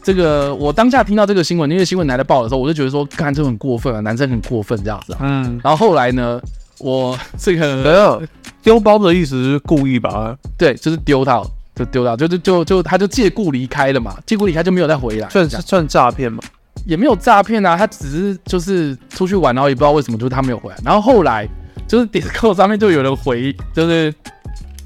[SPEAKER 2] 这个我当下听到这个新闻，因为新闻来的报的时候，我就觉得说，看这很过分啊，男生很过分这样子啊。
[SPEAKER 3] 嗯，
[SPEAKER 2] 然后后来呢，我这个
[SPEAKER 3] 没有丢包的意思是故意把
[SPEAKER 2] 对，就是丢到就丢到，就就就就他就借故离开了嘛，借故离开就没有再回来，
[SPEAKER 3] 它，算
[SPEAKER 2] 这
[SPEAKER 3] 是
[SPEAKER 2] 样
[SPEAKER 3] 算诈骗嘛？
[SPEAKER 2] 也没有诈骗啊，他只是就是出去玩，然后也不知道为什么，就是他没有回来。然后后来就是 Discord 上面就有人回，就是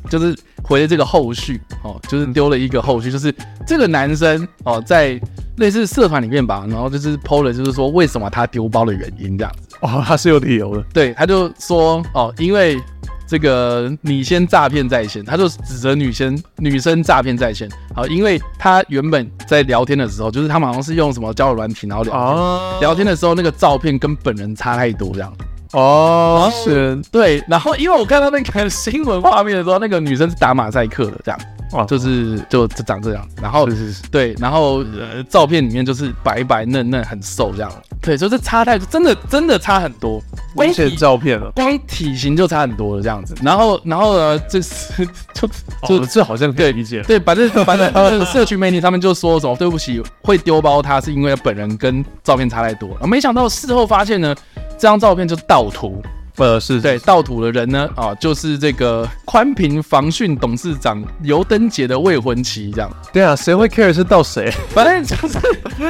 [SPEAKER 2] 就是回了这个后续哦，就是丢了一个后续，就是这个男生哦在类似社团里面吧，然后就是 PO 了，就是说为什么他丢包的原因这样子。
[SPEAKER 3] 哦，他是有理由的。
[SPEAKER 2] 对，他就说哦，因为这个你先诈骗在先，他就指责女生女生诈骗在先。好，因为他原本在聊天的时候，就是他们好像是用什么交友软体，然后聊天。
[SPEAKER 3] 哦
[SPEAKER 2] 聊天的时候那个照片跟本人差太多，这样。
[SPEAKER 3] 哦，是
[SPEAKER 2] 对，然后因为我看到那个新闻画面的时候，那个女生是打马赛克的，这样，
[SPEAKER 3] 哇
[SPEAKER 2] 就是就就长这样。然后
[SPEAKER 3] 是是是
[SPEAKER 2] 对，然后呃，照片里面就是白白嫩嫩，很瘦这样。对，所以这差太真的真的差很多，光
[SPEAKER 3] 而且
[SPEAKER 2] 体
[SPEAKER 3] 照片啊了。
[SPEAKER 2] 光体型就差很多了这样子。然后然后呢，这是 就就、
[SPEAKER 3] 哦，这好像可以理解。
[SPEAKER 2] 对，反正反正呃，社区媒体他们就说什么对不起，会丢包他是因为本人跟照片差太多了。没想到事后发现呢，这张照片就是盗图。
[SPEAKER 3] 呃，是
[SPEAKER 2] 对，，盗图的人呢，啊，就是这个宽频防汛董事长刘登杰的未婚妻这样。
[SPEAKER 3] 对啊，谁会 care 是到谁？
[SPEAKER 2] 反正就是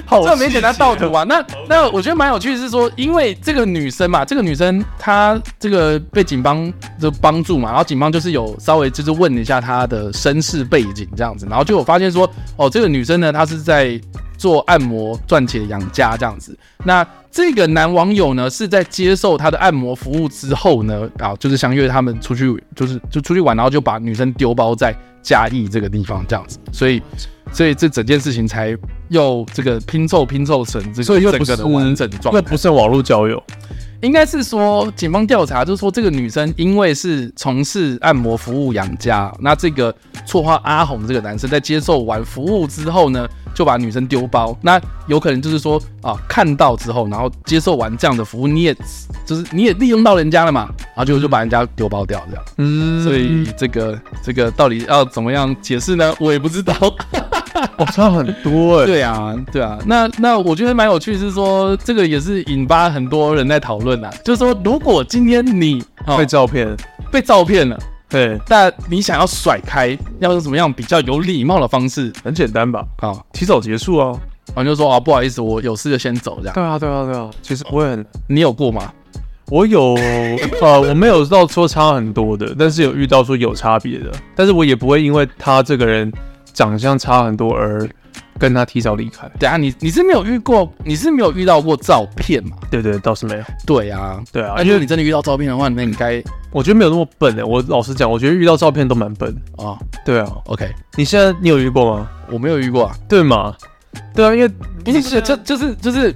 [SPEAKER 3] 好
[SPEAKER 2] 这没简单盗图啊。那那我觉得蛮有趣的是说，因为这个女生嘛，这个女生她这个被警方就帮助嘛，然后警方就是有稍微就是问一下她的身世背景这样子，然后就有发现说，哦，这个女生呢，她是在做按摩赚钱养家这样子。那这个男网友呢，是在接受他的按摩服务之后呢，啊，就是相约他们出去，就是就出去玩，然后就把女生丢包在嘉义这个地方这样子，所以，所以这整件事情才又这个拼凑拼凑成这
[SPEAKER 3] 所以
[SPEAKER 2] 个
[SPEAKER 3] 又
[SPEAKER 2] 整
[SPEAKER 3] 不是
[SPEAKER 2] 个的完整状
[SPEAKER 3] 那
[SPEAKER 2] 态。
[SPEAKER 3] 不是网络交友，
[SPEAKER 2] 应该是说，警方调查就是说，这个女生因为是从事按摩服务养家，那这个绰号阿红这个男生在接受完服务之后呢，就把女生丢包。那有可能就是说啊，看到之后，然后接受完这样的服务，你也就是你也利用到人家了嘛，然后就就把人家丢包掉这样。
[SPEAKER 3] 嗯，
[SPEAKER 2] 所以这个这个到底要怎么样解释呢？我也不知道。
[SPEAKER 3] 我差很多哎。
[SPEAKER 2] 对啊，对啊，那那我觉得蛮有趣，是说这个也是引发很多人在讨论啊，就是说如果今天你、哦、
[SPEAKER 3] 会照片，
[SPEAKER 2] 被照骗了，
[SPEAKER 3] 对，
[SPEAKER 2] 那你想要甩开，要用怎么样比较有礼貌的方式
[SPEAKER 3] 很简单吧？
[SPEAKER 2] 啊？哦
[SPEAKER 3] 提早结束啊。
[SPEAKER 2] 然后就说啊，不好意思，我有事就先走这样。
[SPEAKER 3] 对啊，对啊，对啊，其实不会很。
[SPEAKER 2] 你有过吗？
[SPEAKER 3] 我有 呃，我没有到说差很多的，但是有遇到说有差别的，但是我也不会因为他这个人长相差很多而跟他提早离开。
[SPEAKER 2] 等一下你你是没有遇过，你是没有遇到过照片嘛？
[SPEAKER 3] 对对，倒是没有。
[SPEAKER 2] 对啊，
[SPEAKER 3] 对啊
[SPEAKER 2] 那，如
[SPEAKER 3] 因
[SPEAKER 2] 果
[SPEAKER 3] 为
[SPEAKER 2] 你真的遇到照片的话，那你该
[SPEAKER 3] 我觉得没有那么笨的、我老实讲，我觉得遇到照片都蛮笨的。
[SPEAKER 2] 啊
[SPEAKER 3] 对啊，
[SPEAKER 2] ，OK，
[SPEAKER 3] 你现在你有遇过吗？
[SPEAKER 2] 我没有遇过啊。
[SPEAKER 3] 对嘛？对啊，因为
[SPEAKER 2] 不是不是，就就是就是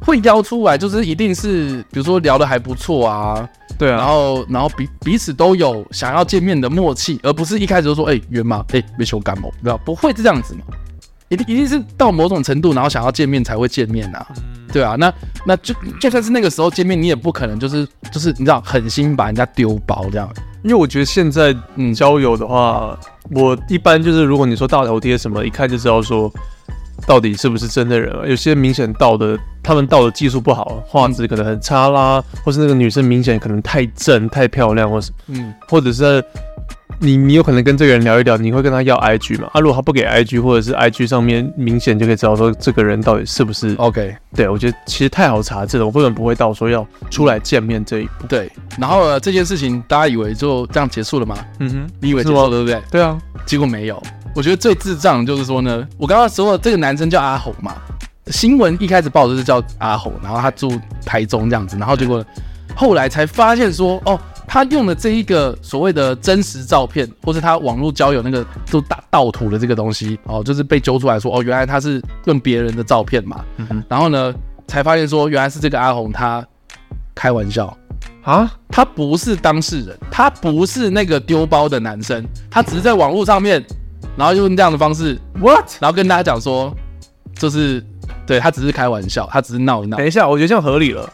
[SPEAKER 2] 会邀出来，就是一定是比如说聊的还不错啊，
[SPEAKER 3] 对
[SPEAKER 2] 然
[SPEAKER 3] 啊，
[SPEAKER 2] 后然后彼彼此都有想要见面的默契，而不是一开始就说哎、约吗？哎、没求感冒，对吧？不会是这样子嘛？一定一定是到某种程度，然后想要见面才会见面啊，
[SPEAKER 3] 嗯
[SPEAKER 2] 对啊，那那就就算是那个时候见面，你也不可能就是就是你知道狠心把人家丢包这样，
[SPEAKER 3] 因为我觉得现在
[SPEAKER 2] 嗯，
[SPEAKER 3] 交友的话，我一般就是如果你说大头贴什么，一看就知道说到底是不是真的人了。有些明显盗的，他们盗的技术不好，画质可能很差啦，或是那个女生明显可能太正、太漂亮，或是
[SPEAKER 2] 嗯
[SPEAKER 3] 或者是你你有可能跟这个人聊一聊，你会跟他要 IG 嘛？啊，如果他不给 IG，或者是 IG 上面明显就可以知道说这个人到底是不是。
[SPEAKER 2] ，OK，
[SPEAKER 3] 对我觉得其实太好查证了，我根本不会到说要出来见面这一步。
[SPEAKER 2] 对，然后、呃、这件事情大家以为就这样结束了吗？
[SPEAKER 3] 嗯哼，
[SPEAKER 2] 你以为结束
[SPEAKER 3] 是吗
[SPEAKER 2] 了对不对？
[SPEAKER 3] 对啊，
[SPEAKER 2] 结果没有。我觉得最智障的就是说呢，我刚刚说这个男生叫阿红嘛，新闻一开始报的就是叫阿红，然后他住台中这样子，然后结果后来才发现说，哦，他用的这一个所谓的真实照片，或是他网络交友那个就大盗图的这个东西，哦，就是被揪出来说，哦，原来他是用别人的照片嘛，然后呢才发现说，原来是这个阿红他开玩笑，
[SPEAKER 3] 啊，
[SPEAKER 2] 他不是当事人，他不是那个丢包的男生，他只是在网络上面，然后用这样的方式，what，然后跟大家讲说，就是对他只是开玩笑，他只是闹一闹
[SPEAKER 3] 等，一下，我觉得这样合理了，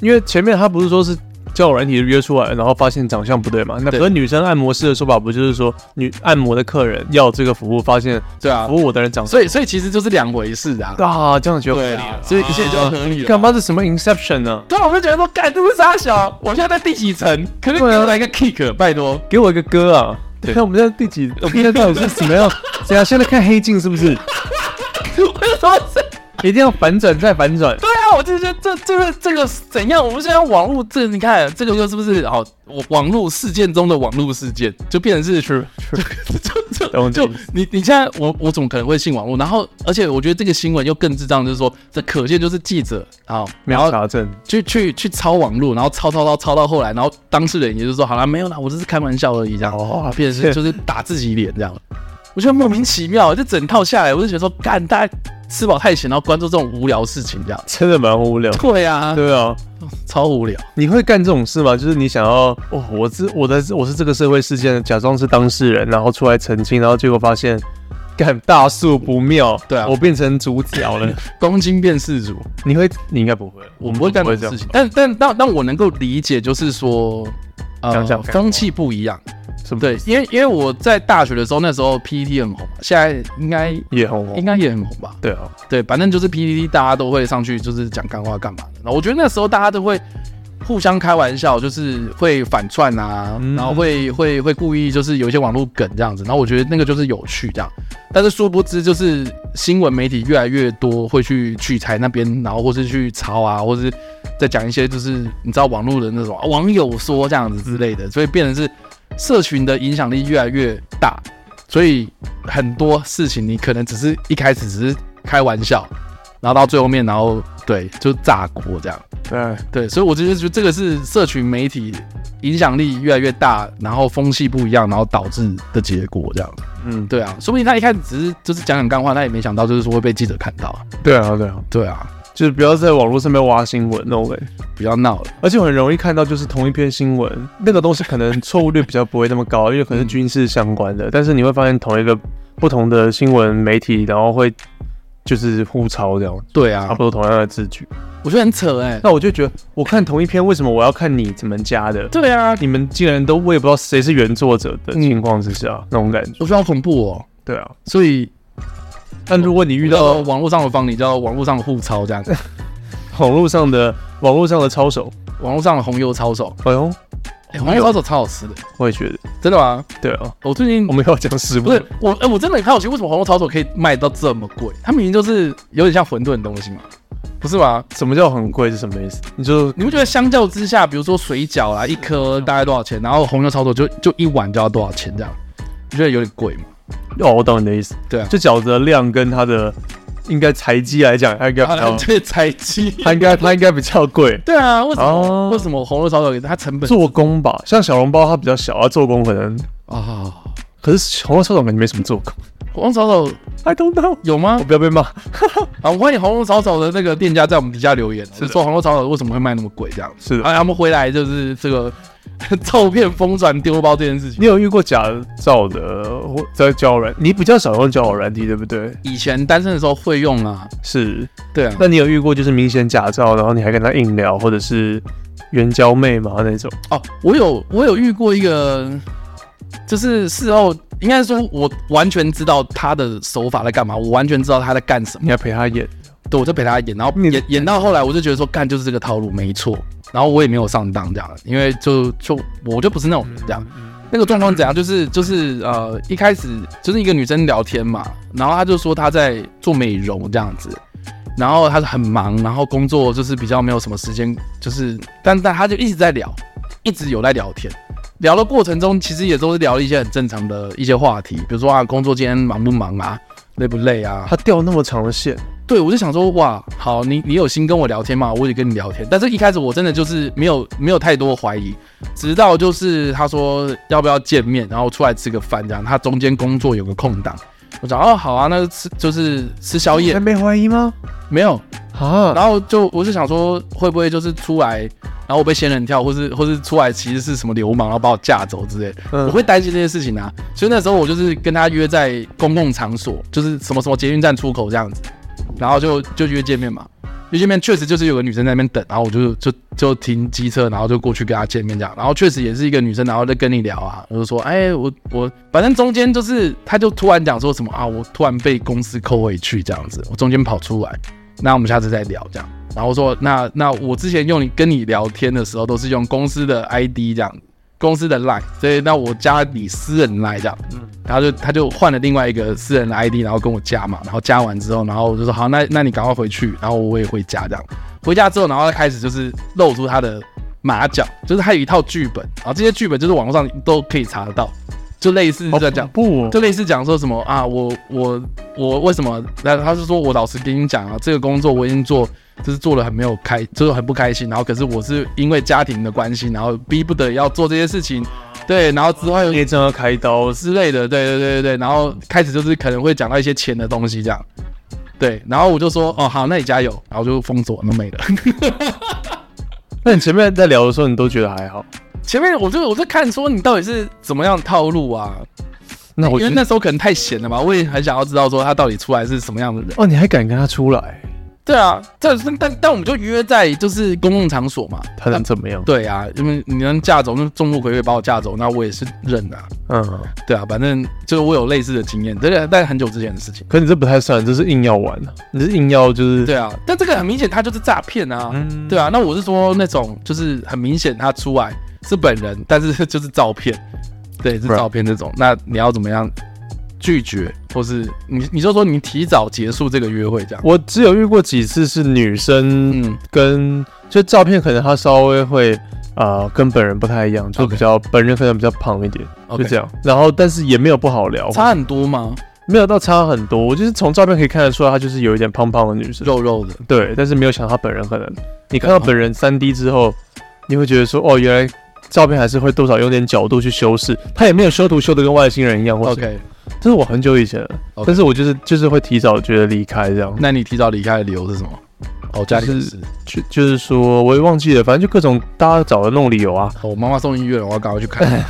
[SPEAKER 3] 因为前面他不是说是交友软体约出来，然后发现长相不对嘛？那
[SPEAKER 2] 对
[SPEAKER 3] 可是女生按摩师的说法不就是说女按摩的客人要这个服务，发现
[SPEAKER 2] 对啊
[SPEAKER 3] 服，务我的人长相
[SPEAKER 2] 所以所以其实就是两回事啊，
[SPEAKER 3] 啊，这样就合理
[SPEAKER 2] 对
[SPEAKER 3] 了
[SPEAKER 2] 啊，。所以一切就合理了。
[SPEAKER 3] 干嘛？这什么 Inception 呢、
[SPEAKER 2] 对啊，我就觉得说，干这是傻小，啊我现在在第几层？可是给
[SPEAKER 3] 对啊
[SPEAKER 2] 我来一个 kick，拜托。
[SPEAKER 3] 给我一个歌啊！对，看我们现在第几？我们现在到底是怎么样？等一下现在看黑镜是不是？
[SPEAKER 2] 为什么是？
[SPEAKER 3] 一定要反转再反转？
[SPEAKER 2] 对啊，我就觉得这这个这个怎样？我们现在网络这你看这个又是不是好？我网络事件中的网络事件就变成是
[SPEAKER 3] 是是，
[SPEAKER 2] 就就
[SPEAKER 3] 懂
[SPEAKER 2] 就
[SPEAKER 3] 懂
[SPEAKER 2] 你你现在我我怎么可能会信网络？然后而且我觉得这个新闻又更智障，就是说这可见就是记者啊，
[SPEAKER 3] 没
[SPEAKER 2] 然
[SPEAKER 3] 有
[SPEAKER 2] 后
[SPEAKER 3] 查证，
[SPEAKER 2] 去去去抄网络，然后抄抄抄抄到后来，然后当事人也就是说好了没有啦，我这是开玩笑而已这样，
[SPEAKER 3] 哦
[SPEAKER 2] 变成是就是打自己脸这样。我觉得莫名其妙，这整套下来，我就觉得说干大家吃饱太闲，然后关注这种无聊事情这样。
[SPEAKER 3] 真的蛮无聊。
[SPEAKER 2] 对啊，
[SPEAKER 3] 对啊，
[SPEAKER 2] 超无聊。
[SPEAKER 3] 你会干这种事吗？就是你想要哦，我是我的我是这个社会事件，假装是当事人，然后出来澄清，然后结果发现干大树不妙，
[SPEAKER 2] 对啊
[SPEAKER 3] 我变成主角了。
[SPEAKER 2] 公斤变四组，
[SPEAKER 3] 你会？你应该不会，
[SPEAKER 2] 我不会干这种事情。但但但但我能够理解，就是说，呃
[SPEAKER 3] 想想，看
[SPEAKER 2] 风气不一样。
[SPEAKER 3] 什么
[SPEAKER 2] 对，因为因为我在大学的时候，那时候 PPT 很红嘛，现在应该
[SPEAKER 3] 也红红
[SPEAKER 2] 应。该也很红吧？
[SPEAKER 3] 对啊，
[SPEAKER 2] 对，反正就是 PPT 大家都会上去，就是讲干话干嘛的。然后我觉得那时候大家都会互相开玩笑，就是会反串啊，然后会会会故意就是有一些网络梗这样子。然后我觉得那个就是有趣这样，但是殊不知就是新闻媒体越来越多会去取材那边，然后或是去抄啊，或是再讲一些就是你知道网络的那种啊网友说这样子之类的，所以变成是社群的影响力越来越大。所以很多事情你可能只是一开始只是开玩笑，然后到最后面，然后对就炸锅这样。
[SPEAKER 3] 对，
[SPEAKER 2] 对，所以我就觉得这个是社群媒体影响力越来越大，然后风气不一样，然后导致的结果这样。
[SPEAKER 3] 嗯，
[SPEAKER 2] 对啊，说不定他一开始只是就是讲讲干话，他也没想到就是说会被记者看到啊。
[SPEAKER 3] 对啊，对啊，
[SPEAKER 2] 对啊，
[SPEAKER 3] 就是不要在网络上面挖新闻，no way。
[SPEAKER 2] 不要闹了。
[SPEAKER 3] 而且我很容易看到，就是同一篇新闻，那个东西可能错误率比较不会那么高，因为可能是军事相关的。但是你会发现，同一个不同的新闻媒体，然后会就是互抄这样，
[SPEAKER 2] 对
[SPEAKER 3] 差
[SPEAKER 2] 啊
[SPEAKER 3] 不，多同样的字句。
[SPEAKER 2] 我觉得很扯哎、
[SPEAKER 3] 那我就觉得，我看同一篇，为什么我要看你们家的？
[SPEAKER 2] 对啊，
[SPEAKER 3] 你们竟然都我也不知道谁是原作者的情况之下，那种感觉。
[SPEAKER 2] 我觉得好恐怖哦。
[SPEAKER 3] 对啊，
[SPEAKER 2] 所以
[SPEAKER 3] 但如果你遇
[SPEAKER 2] 遇
[SPEAKER 3] 到
[SPEAKER 2] 到网络上的帮你叫网络上的互抄这样子，
[SPEAKER 3] 网络上的网络上的抄手，
[SPEAKER 2] 网络上的红油抄手，
[SPEAKER 3] 哎呦，
[SPEAKER 2] 哎、红油抄手超好吃的，
[SPEAKER 3] 我也觉得，
[SPEAKER 2] 真的吗？
[SPEAKER 3] 对啊，
[SPEAKER 2] 我最近
[SPEAKER 3] 我们要讲食物
[SPEAKER 2] 不，是我，哎、我真的很好奇，为什么红肉抄手可以卖到这么贵？它明明就是有点像馄饨的东西嘛，不是吗？
[SPEAKER 3] 什么叫很贵是什么意思？你就
[SPEAKER 2] 你不觉得相较之下，比如说水饺啦，一颗大概多少钱？然后红肉抄手就就一碗就要多少钱这样？你觉得有点贵吗？
[SPEAKER 3] 哦，我懂你的意思。
[SPEAKER 2] 对啊
[SPEAKER 3] 就饺子的量跟它的应该材积来讲，它应该比较
[SPEAKER 2] 啊，这个才鸡。
[SPEAKER 3] 它应该它应该比较贵。
[SPEAKER 2] 对啊，为什么、
[SPEAKER 3] 哦
[SPEAKER 2] 为什么红肉抄手它成本
[SPEAKER 3] 做工吧，像小笼包它比较小，它做工可能，
[SPEAKER 2] 啊？
[SPEAKER 3] 可是红肉烧烤感觉没什么做工。
[SPEAKER 2] 红肉抄手
[SPEAKER 3] I don't know，
[SPEAKER 2] 有吗
[SPEAKER 3] 我？不要被骂。
[SPEAKER 2] 啊，我欢迎红肉抄手的那个店家在我们底下留言，是说红肉抄手为什么会卖那么贵这样？
[SPEAKER 3] 是的
[SPEAKER 2] 啊，他们回来就是这个 照片疯转丢包这件事情。
[SPEAKER 3] 你有遇过假造的或在交友软？你比较少用交友软体，对不对？
[SPEAKER 2] 以前单身的时候会用啊，
[SPEAKER 3] 是。
[SPEAKER 2] 对啊，
[SPEAKER 3] 那你有遇过就是明显假造，然后你还跟他硬聊，或者是援交妹嘛那种？
[SPEAKER 2] 哦，我有我有遇过一个，就是事后应该说，我完全知道他的手法在干嘛，我完全知道他在干什么，
[SPEAKER 3] 你还陪他演？
[SPEAKER 2] 对我就陪他演，然后
[SPEAKER 3] 你
[SPEAKER 2] 演演到后来，我就觉得说干就是这个套路没错，然后我也没有上当这样，因为就就我就不是那种人这样。那个状况是怎样？就是就是呃，一开始就是一个女生聊天嘛，然后她就说她在做美容这样子，然后她很忙，然后工作就是比较没有什么时间，就是但但她就一直在聊，一直有在聊天。聊的过程中，其实也都是聊了一些很正常的一些话题，比如说啊，工作今天忙不忙啊，累不累啊，
[SPEAKER 3] 他掉那么长的线，
[SPEAKER 2] 对，我就想说，哇，好，你你有心跟我聊天吗？我也跟你聊天，但是一开始我真的就是没有没有太多怀疑，直到就是他说要不要见面，然后出来吃个饭这样，他中间工作有个空档，我讲哦好啊，那就吃就是吃宵
[SPEAKER 3] 还
[SPEAKER 2] 夜，
[SPEAKER 3] 没怀疑吗？
[SPEAKER 2] 没有，
[SPEAKER 3] 啊，
[SPEAKER 2] 然后就我就想说会不会就是出来，然后我被仙人跳，或是或是出来其实是什么流氓，然后把我架走之类的，
[SPEAKER 3] 嗯
[SPEAKER 2] 我会担心这些事情啊，所以那时候我就是跟他约在公共场所，就是什么什么捷运站出口这样子，然后就就约见面嘛。约见面确实就是有个女生在那边等，然后我就就就停机车，然后就过去跟她见面这样，然后确实也是一个女生，然后在跟你聊啊，我就说，哎，我我反正中间就是，她就突然讲说什么啊，我突然被公司扣回去这样子，我中间跑出来，那我们下次再聊这样。然后说，那那我之前用你跟你聊天的时候，都是用公司的 ID 这样，公司的 Line，所以那我加你私人 Line 这样，然后就他就换了另外一个私人的 ID，然后跟我加嘛，然后加完之后，然后我就说好，那那你赶快回去，然后我也回家这样，回家之后，然后他开始就是露出他的马脚，就是他有一套剧本，然后这些剧本就是网络上都可以查得到，就类似
[SPEAKER 3] 好
[SPEAKER 2] 这样。
[SPEAKER 3] 不、哦，
[SPEAKER 2] 就类似讲说什么啊，我我我为什么？那他是说我老实跟你讲啊，这个工作我已经做，就是做了很没有开，就是很不开心。然后可是我是因为家庭的关系，然后逼不得已要做这些事情，对，然后之后
[SPEAKER 3] 业正要开刀，
[SPEAKER 2] 之类的，对对对对对。然后开始就是可能会讲到一些钱的东西这样，对。然后我就说哦好，那你加油，然后就封锁那没了。
[SPEAKER 3] 那你前面在聊的时候，你都觉得还好，
[SPEAKER 2] 前面我就我就看说你到底是怎么样套路啊？
[SPEAKER 3] 那我
[SPEAKER 2] 因
[SPEAKER 3] 觉
[SPEAKER 2] 为
[SPEAKER 3] 得
[SPEAKER 2] 那时候可能太闲了吧，我也很想要知道说他到底出来是什么样的人。
[SPEAKER 3] 哦，你还敢跟他出来，
[SPEAKER 2] 对啊，这但但我们就约在就是公共场所嘛。
[SPEAKER 3] 他能怎么样？
[SPEAKER 2] 对啊，因为你能嫁走，那众目睽睽把我嫁走，那我也是认啊。
[SPEAKER 3] 嗯，
[SPEAKER 2] 对啊，反正就是我有类似的经验，这个但很久之前的事情。
[SPEAKER 3] 可你这不太算，这是硬要玩啊，你是硬要就是
[SPEAKER 2] 对啊，但这个很明显他就是诈骗啊，
[SPEAKER 3] 嗯
[SPEAKER 2] 对啊。那我是说那种就是很明显他出来是本人，但是就是照片，对，是
[SPEAKER 3] Right
[SPEAKER 2] 照片这种。那你要怎么样拒绝，或是你你就说你提早结束这个约会这样？
[SPEAKER 3] 我只有遇过几次是女生
[SPEAKER 2] 嗯
[SPEAKER 3] 跟，就照片可能她稍微会啊、呃跟本人不太一样，就
[SPEAKER 2] OK
[SPEAKER 3] 比较本人可能比较胖一点
[SPEAKER 2] OK
[SPEAKER 3] 就这样。然后但是也没有不好聊，
[SPEAKER 2] 差很多吗？
[SPEAKER 3] 没有到差很多。我就是从照片可以看得出来，她就是有一点胖胖的女生，
[SPEAKER 2] 肉肉的，
[SPEAKER 3] 对，但是没有想到她本人可能，你看到本人三 D 之后，你会觉得说哦，原来。照片还是会多少有点角度去修饰，她也没有修图修的跟外星人一样，或者
[SPEAKER 2] OK，
[SPEAKER 3] 这是我很久以前了
[SPEAKER 2] OK
[SPEAKER 3] 但是我就是就是会提早觉得离开这样。
[SPEAKER 2] 那你提早离开的理由是什么？哦，家里
[SPEAKER 3] 就
[SPEAKER 2] 有
[SPEAKER 3] 是
[SPEAKER 2] 事，
[SPEAKER 3] 就就是说，我也忘记了，反正就各种大家找的那种理由啊，
[SPEAKER 2] 哦我妈妈送医院了，我要赶快去 看。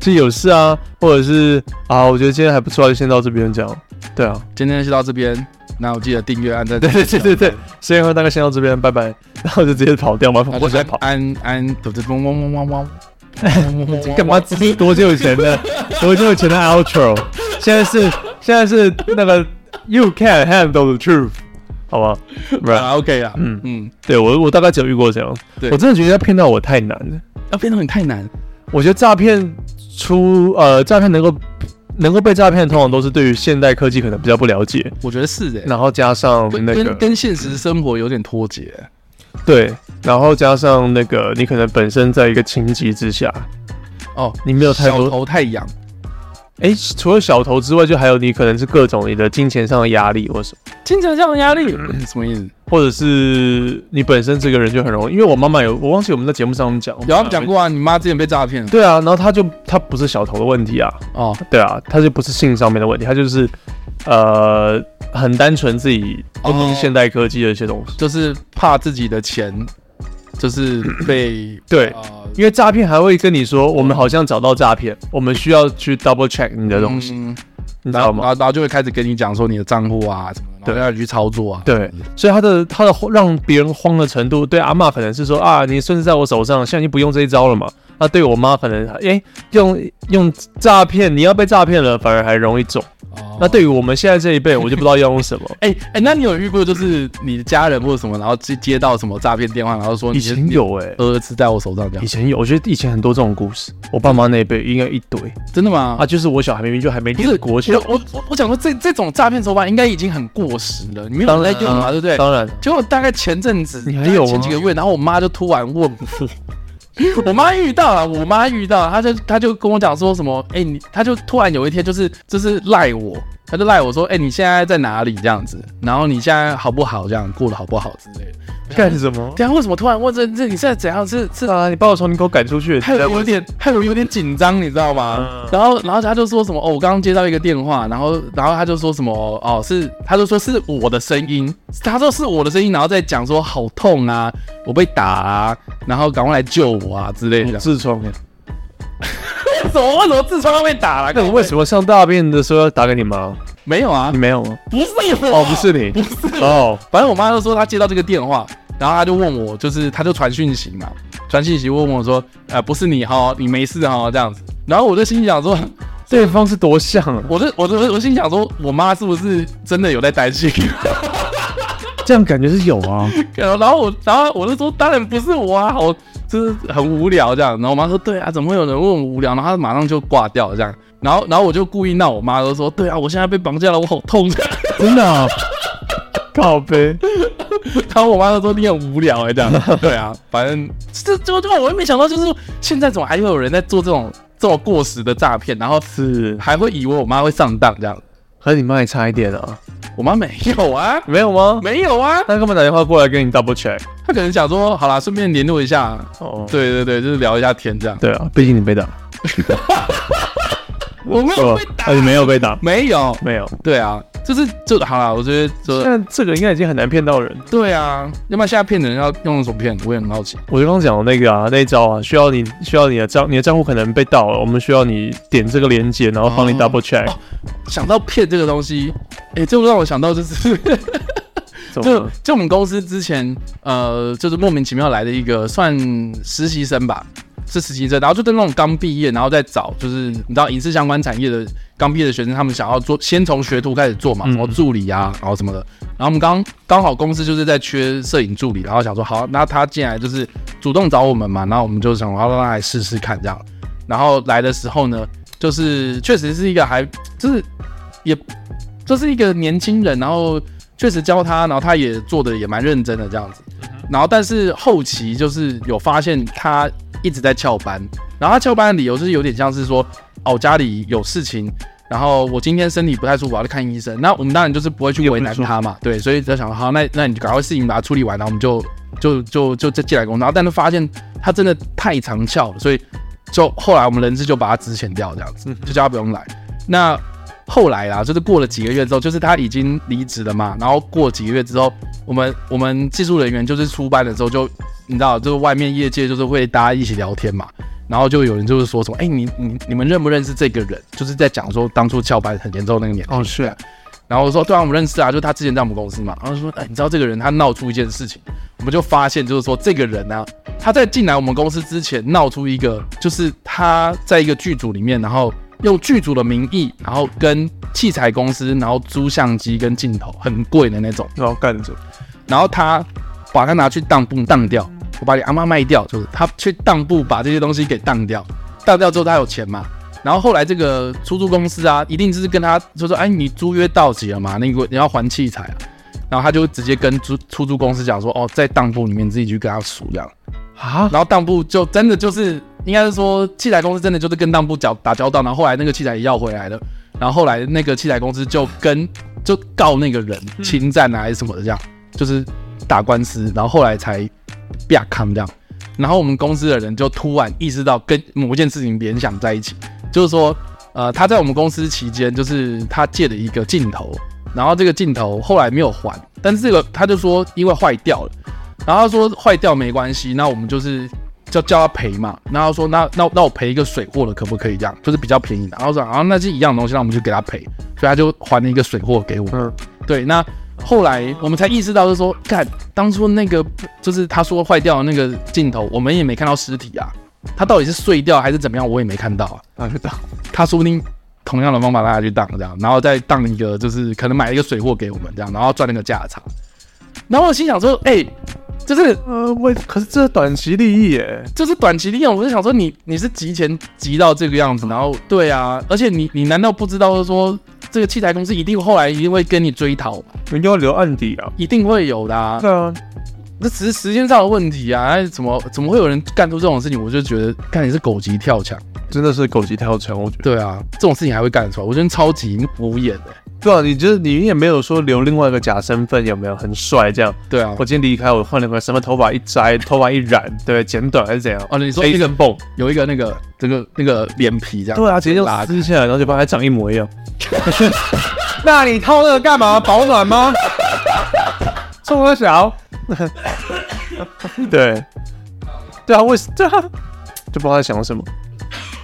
[SPEAKER 3] 就有事啊，或者是啊，我觉得今天还不错啊，就先到这边这样。对啊，
[SPEAKER 2] 今天就到这边，那我记得订阅、按赞、对
[SPEAKER 3] 对对对对，时间会大概先到这边，拜拜，然后就直接跑掉嘛，
[SPEAKER 2] 那
[SPEAKER 3] 我
[SPEAKER 2] 就是
[SPEAKER 3] 在跑，
[SPEAKER 2] 安安，对对，嗡 嗡嗡嗡嗡。
[SPEAKER 3] 干嘛？这是多久以 前的？多久以前的 outro？现在是现在是那个 you can handle the truth，好吧？Right，
[SPEAKER 2] 啊，OK 啊，
[SPEAKER 3] 嗯
[SPEAKER 2] 嗯嗯，
[SPEAKER 3] 对我我大概只有遇过这样，
[SPEAKER 2] 对
[SPEAKER 3] 我真的觉得要骗到我太难了。
[SPEAKER 2] 要变得很太难，
[SPEAKER 3] 我觉得诈骗出呃，诈骗能够能够被诈骗，通常都是对于现代科技可能比较不了解，
[SPEAKER 2] 我觉得是的，
[SPEAKER 3] 然后加上
[SPEAKER 2] 跟
[SPEAKER 3] 那
[SPEAKER 2] 跟
[SPEAKER 3] 个
[SPEAKER 2] 跟现实生活有点脱节。
[SPEAKER 3] 对，然后加上那个你可能本身在一个情急之下，
[SPEAKER 2] 哦，
[SPEAKER 3] 你没有太
[SPEAKER 2] 小
[SPEAKER 3] 多
[SPEAKER 2] 头太痒，
[SPEAKER 3] 哎，除了小头之外，就还有你可能是各种你的金钱上的压力或什么，
[SPEAKER 2] 精神上的压力
[SPEAKER 3] 嗯
[SPEAKER 2] 什么意思？
[SPEAKER 3] 或者是你本身这个人就很容易，因为我妈妈有我忘记我们在节目上讲，
[SPEAKER 2] 有他们讲，过啊，你妈之前被诈骗了
[SPEAKER 3] 对啊，然后她就她不是小头的问题啊，
[SPEAKER 2] 哦
[SPEAKER 3] 对啊，他就不是性上面的问题，他就是呃很单纯自己
[SPEAKER 2] 哦
[SPEAKER 3] 都是现代科技的一些东西。
[SPEAKER 2] 就是怕自己的钱就是被
[SPEAKER 3] 对
[SPEAKER 2] 呃
[SPEAKER 3] 因为诈骗还会跟你说，我们好像找到诈骗，我们需要去 double check 你的东西，
[SPEAKER 2] 嗯
[SPEAKER 3] 你知
[SPEAKER 2] 然后
[SPEAKER 3] 道
[SPEAKER 2] 然
[SPEAKER 3] 吗？
[SPEAKER 2] 后然后就会开始跟你讲说你的账户啊什么的，
[SPEAKER 3] 对
[SPEAKER 2] 然后要你去操作啊。
[SPEAKER 3] 对，所以他的他的让别人慌的程度，对阿嬷可能是说啊，你孙子在我手上，现在已经不用这一招了嘛。那对我妈可能，哎、用用诈骗，你要被诈骗了，反而还容易中。
[SPEAKER 2] 哦
[SPEAKER 3] 那对于我们现在这一辈，我就不知道要用什么。
[SPEAKER 2] 哎、哎、那你有遇过就是你的家人或者什么，然后接接到什么诈骗电话，然后说
[SPEAKER 3] 以
[SPEAKER 2] 你的
[SPEAKER 3] 前有哎、
[SPEAKER 2] 你儿子在我手上这
[SPEAKER 3] 以
[SPEAKER 2] 样，
[SPEAKER 3] 前有，我觉得以前很多这种故事，我爸妈那一辈应该一堆
[SPEAKER 2] 真的吗？
[SPEAKER 3] 啊，就是我小孩明明就还没
[SPEAKER 2] 不是
[SPEAKER 3] 国小，
[SPEAKER 2] 我我我我想说这这种诈骗手法应该已经很过时了，你没有
[SPEAKER 3] 当
[SPEAKER 2] 人在
[SPEAKER 3] 然
[SPEAKER 2] 用嘛，
[SPEAKER 3] 啊
[SPEAKER 2] 对不对？
[SPEAKER 3] 当然，
[SPEAKER 2] 结果大概前阵子，
[SPEAKER 3] 你还有吗
[SPEAKER 2] 前几个月，然后我妈就突然问我， 我妈遇到了，我妈遇到了，她就她就跟我讲说什么，哎、你，她就突然有一天就是就是赖我，她就赖我说，哎、你现在在哪里这样子，然后你现在好不好这样，过得好不好之类的。
[SPEAKER 3] 干什么？
[SPEAKER 2] 等一下为什么突然问这这你现在怎样？是是
[SPEAKER 3] 啊！你把我从门口赶出去，
[SPEAKER 2] 还有有点，还有有点紧张，你知道吗
[SPEAKER 3] 嗯？
[SPEAKER 2] 然后，然后他就说什么哦，我刚刚接到一个电话，然后，然后他就说什么哦，是，他就说是我的声音，他说是我的声音，然后再讲说好痛啊，我被打啊，然后赶快来救我啊之类的。
[SPEAKER 3] 痔疮哎！
[SPEAKER 2] 怎么为什么痔疮要被打啊 了？
[SPEAKER 3] 那我为什么上大便的时候要打给你妈？
[SPEAKER 2] 没有啊
[SPEAKER 3] 你？没有吗？
[SPEAKER 2] 不是我，
[SPEAKER 3] 哦，不是你，不是哦，
[SPEAKER 2] 反正我妈就说她接到这个电话，然后她就问我，就是她就传讯息嘛，传讯息问我说，呃，不是你哈，你没事哈这样子。然后我就心里想说。
[SPEAKER 3] 对方是多像啊！
[SPEAKER 2] 我就我就我心想说，我妈是不是真的有在担心？
[SPEAKER 4] 这样感觉是有啊，
[SPEAKER 2] 然后我然后我就说，当然不是我啊，我就是很无聊这样。然后我妈说，对啊，怎么会有人问我无聊？然后她马上就挂掉了这样。然后然后我就故意闹我妈，就说，对啊，我现在被绑架了，我好痛。
[SPEAKER 4] 真的啊，
[SPEAKER 3] 靠背，
[SPEAKER 2] 然后我妈就说你很无聊哎、这样。对啊，反正这这这我也没想到，就是现在怎么还会有人在做这种这种过时的诈骗，然后
[SPEAKER 3] 是
[SPEAKER 2] 还会以为我妈会上当这样。
[SPEAKER 3] 和你妈也差一点啊？
[SPEAKER 2] 我妈没有啊，
[SPEAKER 3] 没有吗？
[SPEAKER 2] 没有啊，
[SPEAKER 3] 那干嘛打电话过来跟你 double check？
[SPEAKER 2] 她可能想说，好啦，顺便联络一下，
[SPEAKER 3] 哦，对
[SPEAKER 2] 对对对，就是聊一下天这样。
[SPEAKER 3] 对啊，毕竟你被打，
[SPEAKER 2] 我没
[SPEAKER 3] 是吧
[SPEAKER 2] 有被打，
[SPEAKER 3] 哦啊
[SPEAKER 4] 而且没有被打，
[SPEAKER 2] 呃哦没有，
[SPEAKER 3] 没有，
[SPEAKER 2] 对啊，就是就好啦，我觉得就
[SPEAKER 3] 但这个应该已经很难骗到人。
[SPEAKER 2] 对啊，要不然现在骗人要用什么骗？我也很好奇。
[SPEAKER 3] 我就刚讲的那个啊，那一招啊，需要你需要你的账，你的账户可能被盗了，我们需要你点这个链接，然后帮你
[SPEAKER 2] 哦
[SPEAKER 3] double check，、
[SPEAKER 2] 哦想到骗这个东西，哎、这让我想到就是，
[SPEAKER 3] 怎么
[SPEAKER 2] 就
[SPEAKER 3] 了
[SPEAKER 2] 就我们公司之前呃，就是莫名其妙来的一个算实习生吧，是实习生，然后就对那种刚毕业，然后再找就是你知道影视相关产业的刚毕业的学生，他们想要做先从学徒开始做嘛，
[SPEAKER 3] 嗯
[SPEAKER 2] 什么助理啊，然后什么的。然后我们刚刚好公司就是在缺摄影助理，然后想说好，那他进来就是主动找我们嘛，然后我们就想要让他来试试看这样。然后来的时候呢，就是确实是一个还就是也就是一个年轻人，然后确实教他，然后他也做的也蛮认真的这样子。然后但是后期就是有发现他一直在翘班，然后他翘班的理由就是有点像是说，哦，我家里有事情。然后我今天身体不太舒服，我要去看医生。那我们当然就是不会去为难他嘛，对，所以就想好，那那你就赶快事情把它处理完，然后我们就就就就再进来工作。然后但是发现他真的太长翘了，所以就后来我们人事就把他支遣掉，这样子就叫他不用来。那后来啦，就是过了几个月之后，就是他已经离职了嘛，然后过几个月之后，我们我们技术人员就是出班的时候就你知道，就是外面业界就是会大家一起聊天嘛，然后就有人就是说什么，哎、你你你们认不认识这个人？就是在讲说当初翘班很严重那个年代。
[SPEAKER 4] 哦，是啊，
[SPEAKER 2] 然后我说对啊，我们认识啊，就他之前在我们公司嘛。然后说，哎，你知道这个人他闹出一件事情，我们就发现就是说这个人啊，他在进来我们公司之前闹出一个，就是他在一个剧组里面，然后用剧组的名义，然后跟器材公司，然后租相机跟镜头，很贵的那种。
[SPEAKER 3] 然后干着，
[SPEAKER 2] 然后他把它拿去当布当掉，我把你阿妈卖掉，就是他去当布把这些东西给当掉，当掉之后他有钱嘛。然后后来这个出租公司啊，一定就是跟他就说，哎，你租约到期了嘛，那个你要还器材啊。然后他就直接跟出出租公司讲说，哦，在当铺里面自己去跟他赎这样。
[SPEAKER 3] 啊，
[SPEAKER 2] 然后当铺就真的就是，应该是说器材公司真的就是跟当铺交打交道，然后后来那个器材也要回来了，然后后来那个器材公司就跟就告那个人侵占啊还是什么的这样，就是打官司，然后后来才啪康这样，然后我们公司的人就突然意识到跟某件事情联想在一起，就是说，呃，他在我们公司期间，就是他借了一个镜头，然后这个镜头后来没有还，但是这个他就说因为坏掉了，然后他说坏掉没关系，那我们就是叫叫他赔嘛，然后他说那那那我赔一个水货的可不可以这样，就是比较便宜的，然后说啊那是一样的东西，那我们就给他赔，所以他就还了一个水货给我，
[SPEAKER 3] 嗯，
[SPEAKER 2] 对，那后来我们才意识到，就是说，看当初那个就是他说坏掉的那个镜头，我们也没看到尸体啊，它到底是碎掉还是怎么样，我也没看到啊。
[SPEAKER 3] 那就打，
[SPEAKER 2] 他说不定同样的方法让他去当这样，然后再当一个就是可能买一个水货给我们这样，然后赚那个价差。然后我心想说，哎、就是
[SPEAKER 3] 呃，喂，可是这是短期利益耶，
[SPEAKER 2] 就是短期利用，我就想说你你是急钱急到这个样子，然后对啊，而且你你难道不知道说这个器材公司一定后来一定会跟你追讨吗，
[SPEAKER 3] 人家要留案底啊，
[SPEAKER 2] 一定会有的啊。
[SPEAKER 3] 对啊，
[SPEAKER 2] 这只是时间上的问题啊！哎怎么怎么会有人干出这种事情？我就觉得，看你是狗急跳墙。
[SPEAKER 3] 真的是狗急跳墙，我觉得，
[SPEAKER 2] 对啊，这种事情还会干得出来，我觉得超级无眼的、
[SPEAKER 3] 对啊，你就是你也没有说留另外一个假身份，有没有很帅这样？
[SPEAKER 2] 对啊
[SPEAKER 3] 我，今天离开，我换了个身份，头发一摘，头发一染，对，剪短还是怎样？
[SPEAKER 2] 哦，你说
[SPEAKER 3] 飞
[SPEAKER 2] 那个
[SPEAKER 3] 跟蹦，
[SPEAKER 2] 有一个那个这个那个脸皮这样，
[SPEAKER 3] 对啊，直接就
[SPEAKER 2] 拉开
[SPEAKER 3] 撕下来，然后就把它长一模一 样。
[SPEAKER 4] 那你掏那个干 嘛？保暖吗？冲我小，
[SPEAKER 3] 对，对啊，为什对啊，就不知道他在想什么。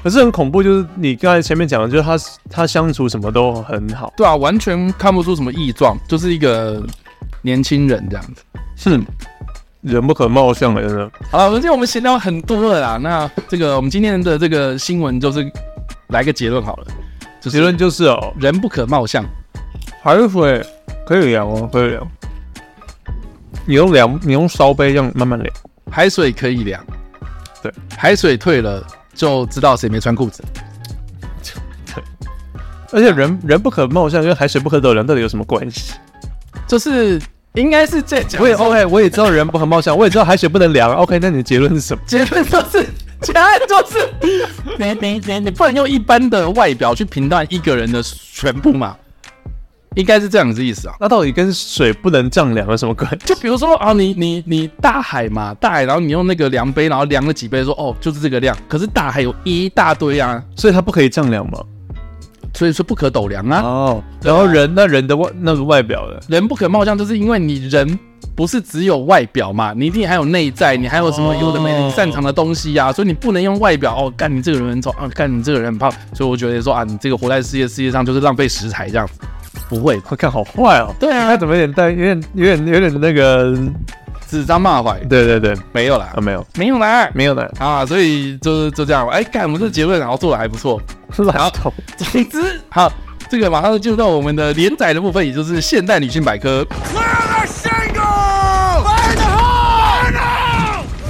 [SPEAKER 3] 可是很恐怖，就是你刚才前面讲的，就是他他相处什么都很好，
[SPEAKER 2] 对啊，完全看不出什么异状，就是一个年轻人这样子。
[SPEAKER 3] 是人啊不可貌相的，真的。
[SPEAKER 2] 好了，我们今天我们闲聊很多了啦，那这个我们今天的这个新闻就是来个结论好了，就是
[SPEAKER 3] 结论就是哦，
[SPEAKER 2] 人不可貌相。
[SPEAKER 3] 海水可以凉哦，可以凉。你用凉，你用烧杯这样慢慢凉。
[SPEAKER 2] 海水可以凉，
[SPEAKER 3] 对，
[SPEAKER 2] 海水退了就知道谁没穿裤子。
[SPEAKER 3] 而且人人不可貌相，跟海水不可斗量到底有什么关系？
[SPEAKER 2] 就是应该是这讲，
[SPEAKER 3] 我也 OK，我也知道人不可貌相，我也知道海水不能量。OK，那你的结论是什么？
[SPEAKER 2] 结论就是，结论就是， 你你你你不能用一般的外表去评断一个人的全部嘛，应该是这样子的意思啊。
[SPEAKER 3] 那到底跟水不能丈量有什么关系？
[SPEAKER 2] 就比如说啊，你你你大海嘛，大海，然后你用那个量杯，然后量了几杯说哦，就是这个量。可是大海有一大堆啊，
[SPEAKER 3] 所以它不可以丈量吗？
[SPEAKER 2] 所以说不可斗量啊。
[SPEAKER 3] 哦，然后人那人的外那个外表的，
[SPEAKER 2] 人不可貌相，就是因为你人不是只有外表嘛，你一定还有内在，你还有什么有的没的你擅长的东西呀、所以你不能用外表哦，干你这个人很丑啊，干你这个人很胖，所以我觉得说啊，你这个活在世界世界上就是浪费食材这样子，不会吧？
[SPEAKER 3] 我看好坏哦。
[SPEAKER 2] 对
[SPEAKER 3] 他
[SPEAKER 2] 啊，
[SPEAKER 3] 怎么有点带，有点有点有点那个，
[SPEAKER 2] 指桑骂槐
[SPEAKER 3] 对对对，
[SPEAKER 2] 没有啦
[SPEAKER 3] 啊，没有
[SPEAKER 2] 没有啦。
[SPEAKER 3] 没有的，
[SPEAKER 2] 啊，所以就就这样，哎，干，我们这结论然后做的还不错。
[SPEAKER 3] 垃圾桶。
[SPEAKER 2] 总之，好，这个马上就进入到我们的连载的部分，也就是现代女性百科。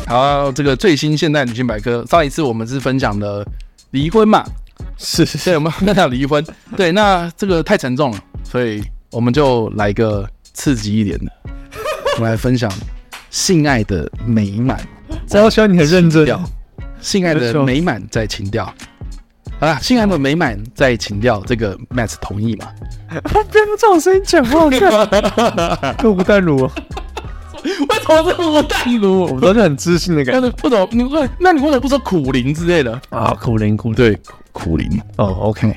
[SPEAKER 2] 好，这个最新现代女性百科，上一次我们是分享的离婚嘛，
[SPEAKER 3] 是是是，
[SPEAKER 2] 对，我们分享离婚，对，那这个太沉重了，所以我们就来一个刺激一点的，我们来分享性爱的美满。
[SPEAKER 3] 这要需要你很认真。
[SPEAKER 2] 调，性爱的美满在情调。好啦，性爱的美满在情调，这个 Matt 同意吗？
[SPEAKER 3] 不要用这种声音讲话， 看吴淡如，
[SPEAKER 2] 为什么是我淡如？
[SPEAKER 3] 我当时很自信的感
[SPEAKER 2] 但
[SPEAKER 3] 觉
[SPEAKER 2] 是不懂你为那你为什么不说苦灵之类的？
[SPEAKER 3] 啊，苦灵苦
[SPEAKER 2] 对，苦灵
[SPEAKER 3] 哦，OK，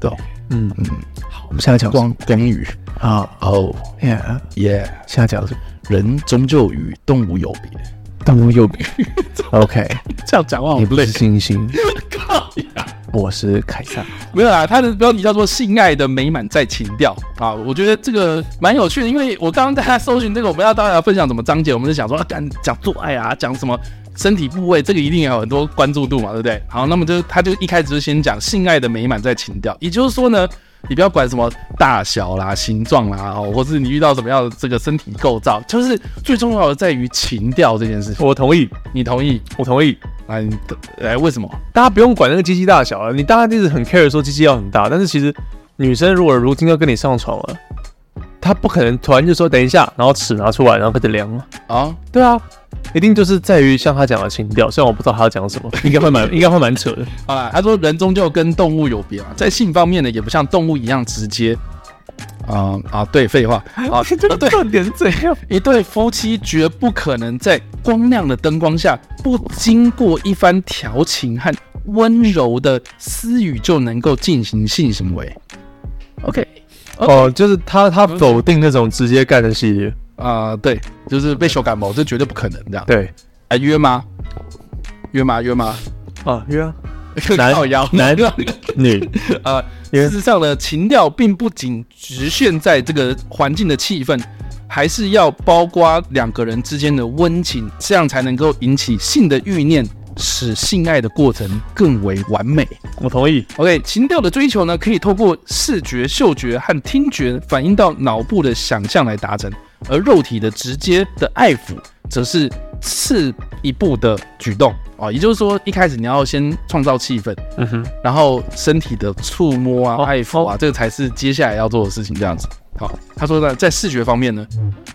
[SPEAKER 2] 懂。
[SPEAKER 3] 嗯
[SPEAKER 2] 嗯，
[SPEAKER 3] 好，我们下一条
[SPEAKER 2] 光光宇
[SPEAKER 3] 啊
[SPEAKER 2] 哦
[SPEAKER 3] ，Yeah，
[SPEAKER 2] 耶，
[SPEAKER 3] 下一条是
[SPEAKER 2] 人终究与动物有别。
[SPEAKER 3] 动物右 边，OK，
[SPEAKER 2] 这样讲话
[SPEAKER 3] 你不是星星，我是凯撒，
[SPEAKER 2] 没有啦，它的标题叫做《性爱的美满在情调》啊，我觉得这个蛮有趣的，因为我刚刚大家搜寻这个，我们要大家分享什么章节，我们就想说，啊干、讲做爱啊，讲什么身体部位，这个一定也有很多关注度嘛，对不对？好，那么就他就一开始就先讲性爱的美满在情调，也就是说呢，你不要管什么大小啦、形状啦，哦，或是你遇到什么样的这个身体构造，就是最重要的在于情调这件事情。
[SPEAKER 3] 我同意，
[SPEAKER 2] 你同意？
[SPEAKER 3] 我同意。
[SPEAKER 2] 来，你来，为什么？
[SPEAKER 3] 大家不用管那个鸡鸡大小啊了，你大家一直很 care 说鸡鸡要很大，但是其实女生如果如今要跟你上床了，她不可能突然就说等一下，然后尺拿出来，然后开始量了。
[SPEAKER 2] 啊，
[SPEAKER 3] 对啊，一定就是在于像她讲的情调，虽然我不知道她要讲什么，应该会蛮应该会蛮扯 的。
[SPEAKER 2] 好啦，他说人终究跟动物有别嘛，在性方面呢，也不像动物一样直接。啊、啊，对，废话 啊，对，
[SPEAKER 3] 重点是这样，
[SPEAKER 2] 一对夫妻绝不可能在光亮的灯光下，不经过一番调情和温柔的私语就能够进行性行为。OK，
[SPEAKER 3] 哦，就是她她否定那种直接干的系列，
[SPEAKER 2] 啊、对，就是被手感冒，这绝对不可能这样。
[SPEAKER 3] 对
[SPEAKER 2] 啊，约吗？约吗？约吗？
[SPEAKER 3] 啊，约啊，男
[SPEAKER 2] 靠腰
[SPEAKER 3] 男女
[SPEAKER 2] 呃，
[SPEAKER 3] 因为
[SPEAKER 2] 事实上呢，情调并不仅局限在这个环境的气氛，还是要包括两个人之间的温情，这样才能够引起性的欲念，使性爱的过程更为完美。
[SPEAKER 3] 我同意，
[SPEAKER 2] OK，情调的追求呢，可以透过视觉、嗅觉和听觉反映到脑部的想象来达成，而肉体的直接的爱抚则是次一步的举动啊、哦。也就是说，一开始你要先创造气氛，
[SPEAKER 3] 嗯哼，
[SPEAKER 2] 然后身体的触摸啊、
[SPEAKER 3] 哦
[SPEAKER 2] 爱抚啊，这个才是接下来要做的事情。这样子，好，他说呢，在视觉方面呢，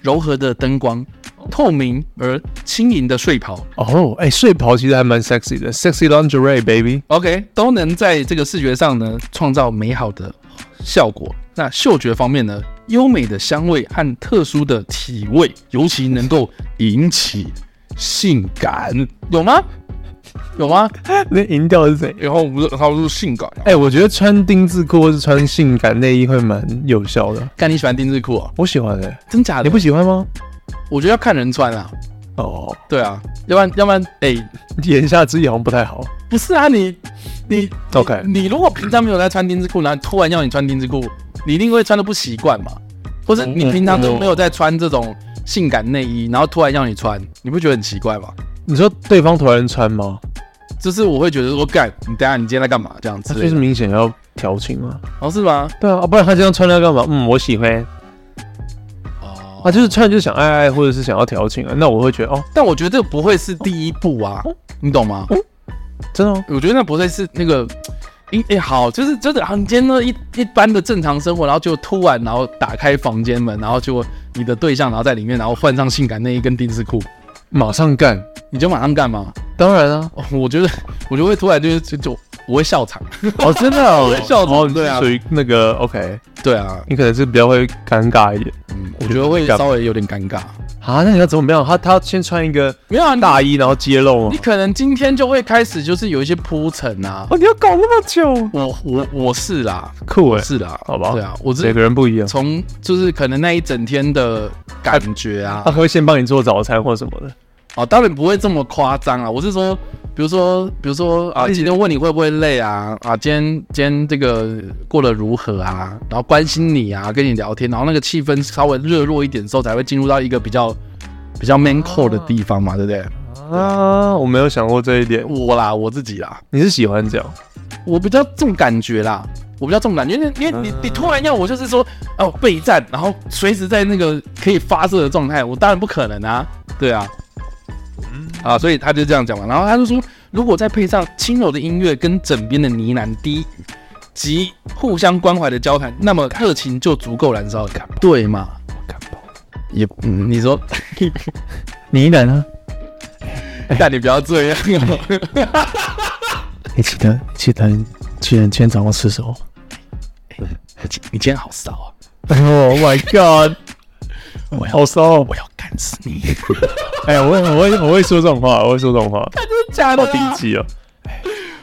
[SPEAKER 2] 柔和的灯光、透明而轻盈的睡袍
[SPEAKER 3] 哦，哎，睡袍其实还蛮 sexy 的，sexy lingerie baby，
[SPEAKER 2] ，OK，都能在这个视觉上呢创造美好的效果。那嗅觉方面呢，优美的香味和特殊的体味，尤其能够引起性感，有吗？有吗？
[SPEAKER 3] 那音调是怎样？
[SPEAKER 2] 然后我们然后就是性感、啊，
[SPEAKER 3] 哎、我觉得穿丁字裤或是穿性感内衣会蛮有效的，
[SPEAKER 2] 看你喜欢丁字裤哦，
[SPEAKER 3] 我喜欢哎、
[SPEAKER 2] 真假的？
[SPEAKER 3] 你不喜欢吗？
[SPEAKER 2] 我觉得要看人穿啊。
[SPEAKER 3] 哦，
[SPEAKER 2] 对啊，要不然要不然，哎、
[SPEAKER 3] 言下之意好像不太好。
[SPEAKER 2] 不是啊，你你
[SPEAKER 3] OK
[SPEAKER 2] 你你如果平常没有在穿丁字裤，然后突然要你穿丁字裤，你一定会穿的不习惯嘛，或是你平常都没有在穿这种性感内衣，然后突然要你穿，你不觉得很奇怪吗？
[SPEAKER 3] 你说对方突然穿吗？
[SPEAKER 2] 就是我会觉得说，干，你等一下你今天在干嘛这样子
[SPEAKER 3] 他就
[SPEAKER 2] 类
[SPEAKER 3] 是
[SPEAKER 2] 的？
[SPEAKER 3] 明显要调情啊。
[SPEAKER 2] 哦，是吗？
[SPEAKER 3] 对啊，啊不然他这样穿要干嘛？嗯，我喜欢
[SPEAKER 2] 哦，
[SPEAKER 3] 啊，就是穿就是想爱爱，或者是想要调情啊。那我会觉得哦，
[SPEAKER 2] 但我觉得这不会是第一步啊，你懂吗？
[SPEAKER 3] 真的、哦，
[SPEAKER 2] 我觉得那不会是那个，一、诶好，就是真的，啊你今天呢一一般的正常生活，然后就突然然后打开房间门，然后结果你的对象然后在里面，然后换上性感内衣跟丁字裤，
[SPEAKER 3] 马上干。
[SPEAKER 2] 你就马上干嘛？
[SPEAKER 3] 当然啊，
[SPEAKER 2] 哦 我觉得我就会突然就是就就我会笑场，，
[SPEAKER 3] 哦，真的哦
[SPEAKER 2] 笑死
[SPEAKER 3] 哦，你
[SPEAKER 2] 对啊
[SPEAKER 3] 是属于那个 OK，
[SPEAKER 2] 对啊，
[SPEAKER 3] 你可能是比较会尴尬一点
[SPEAKER 2] 嗯，我觉得会稍微有点尴尬，
[SPEAKER 3] 啊，那你要怎么样？他他先穿一个
[SPEAKER 2] 没有啊，你
[SPEAKER 3] 大衣，然后揭露
[SPEAKER 2] 你
[SPEAKER 3] 吗？
[SPEAKER 2] 可能今天就会开始就是有一些铺陈啊。
[SPEAKER 3] 哦，你要搞那么久，
[SPEAKER 2] 我我我是啦，
[SPEAKER 3] 酷哎，
[SPEAKER 2] 是啦，
[SPEAKER 3] 好吧
[SPEAKER 2] 对啊，我
[SPEAKER 3] 每
[SPEAKER 2] 是
[SPEAKER 3] 个人不一样。
[SPEAKER 2] 从就是可能那一整天的感觉 啊
[SPEAKER 3] 他，会先帮你做早餐或什么的。
[SPEAKER 2] 哦，当然不会这么夸张啊。我是说，比如说，比如说啊，今天问你会不会累啊？啊，今天今天这个过得如何啊？然后关心你啊，跟你聊天，然后那个气氛稍微热络一点之后，才会进入到一个比较比较 man core 的地方嘛，对不对？
[SPEAKER 3] 啊，我没有想过这一点。
[SPEAKER 2] 我啦，我自己啦，
[SPEAKER 3] 你是喜欢这样？
[SPEAKER 2] 我比较重感觉啦，我比较重感觉，因为因为你你突然要我就是说哦备战，然后随时在那个可以发射的状态，我当然不可能啊，对啊，啊，所以他就这样讲嘛，然后他就说，如果再配上轻柔的音乐跟枕边的呢喃低语及互相关怀的交谈，那么热情就足够燃烧了，对嘛？也，嗯，你说，
[SPEAKER 3] 你啊呢？呢？
[SPEAKER 2] 但你不要这 样哦，
[SPEAKER 3] 你记得记得记得今天早上吃什么
[SPEAKER 2] 哎你今天好骚啊！
[SPEAKER 3] ？Oh my god！好骚！
[SPEAKER 2] 我要干死你！
[SPEAKER 3] 哎，我会我会我会说这种话，我会说这种话，
[SPEAKER 2] 真的假的
[SPEAKER 3] 好
[SPEAKER 2] 啦？
[SPEAKER 3] 低级哦。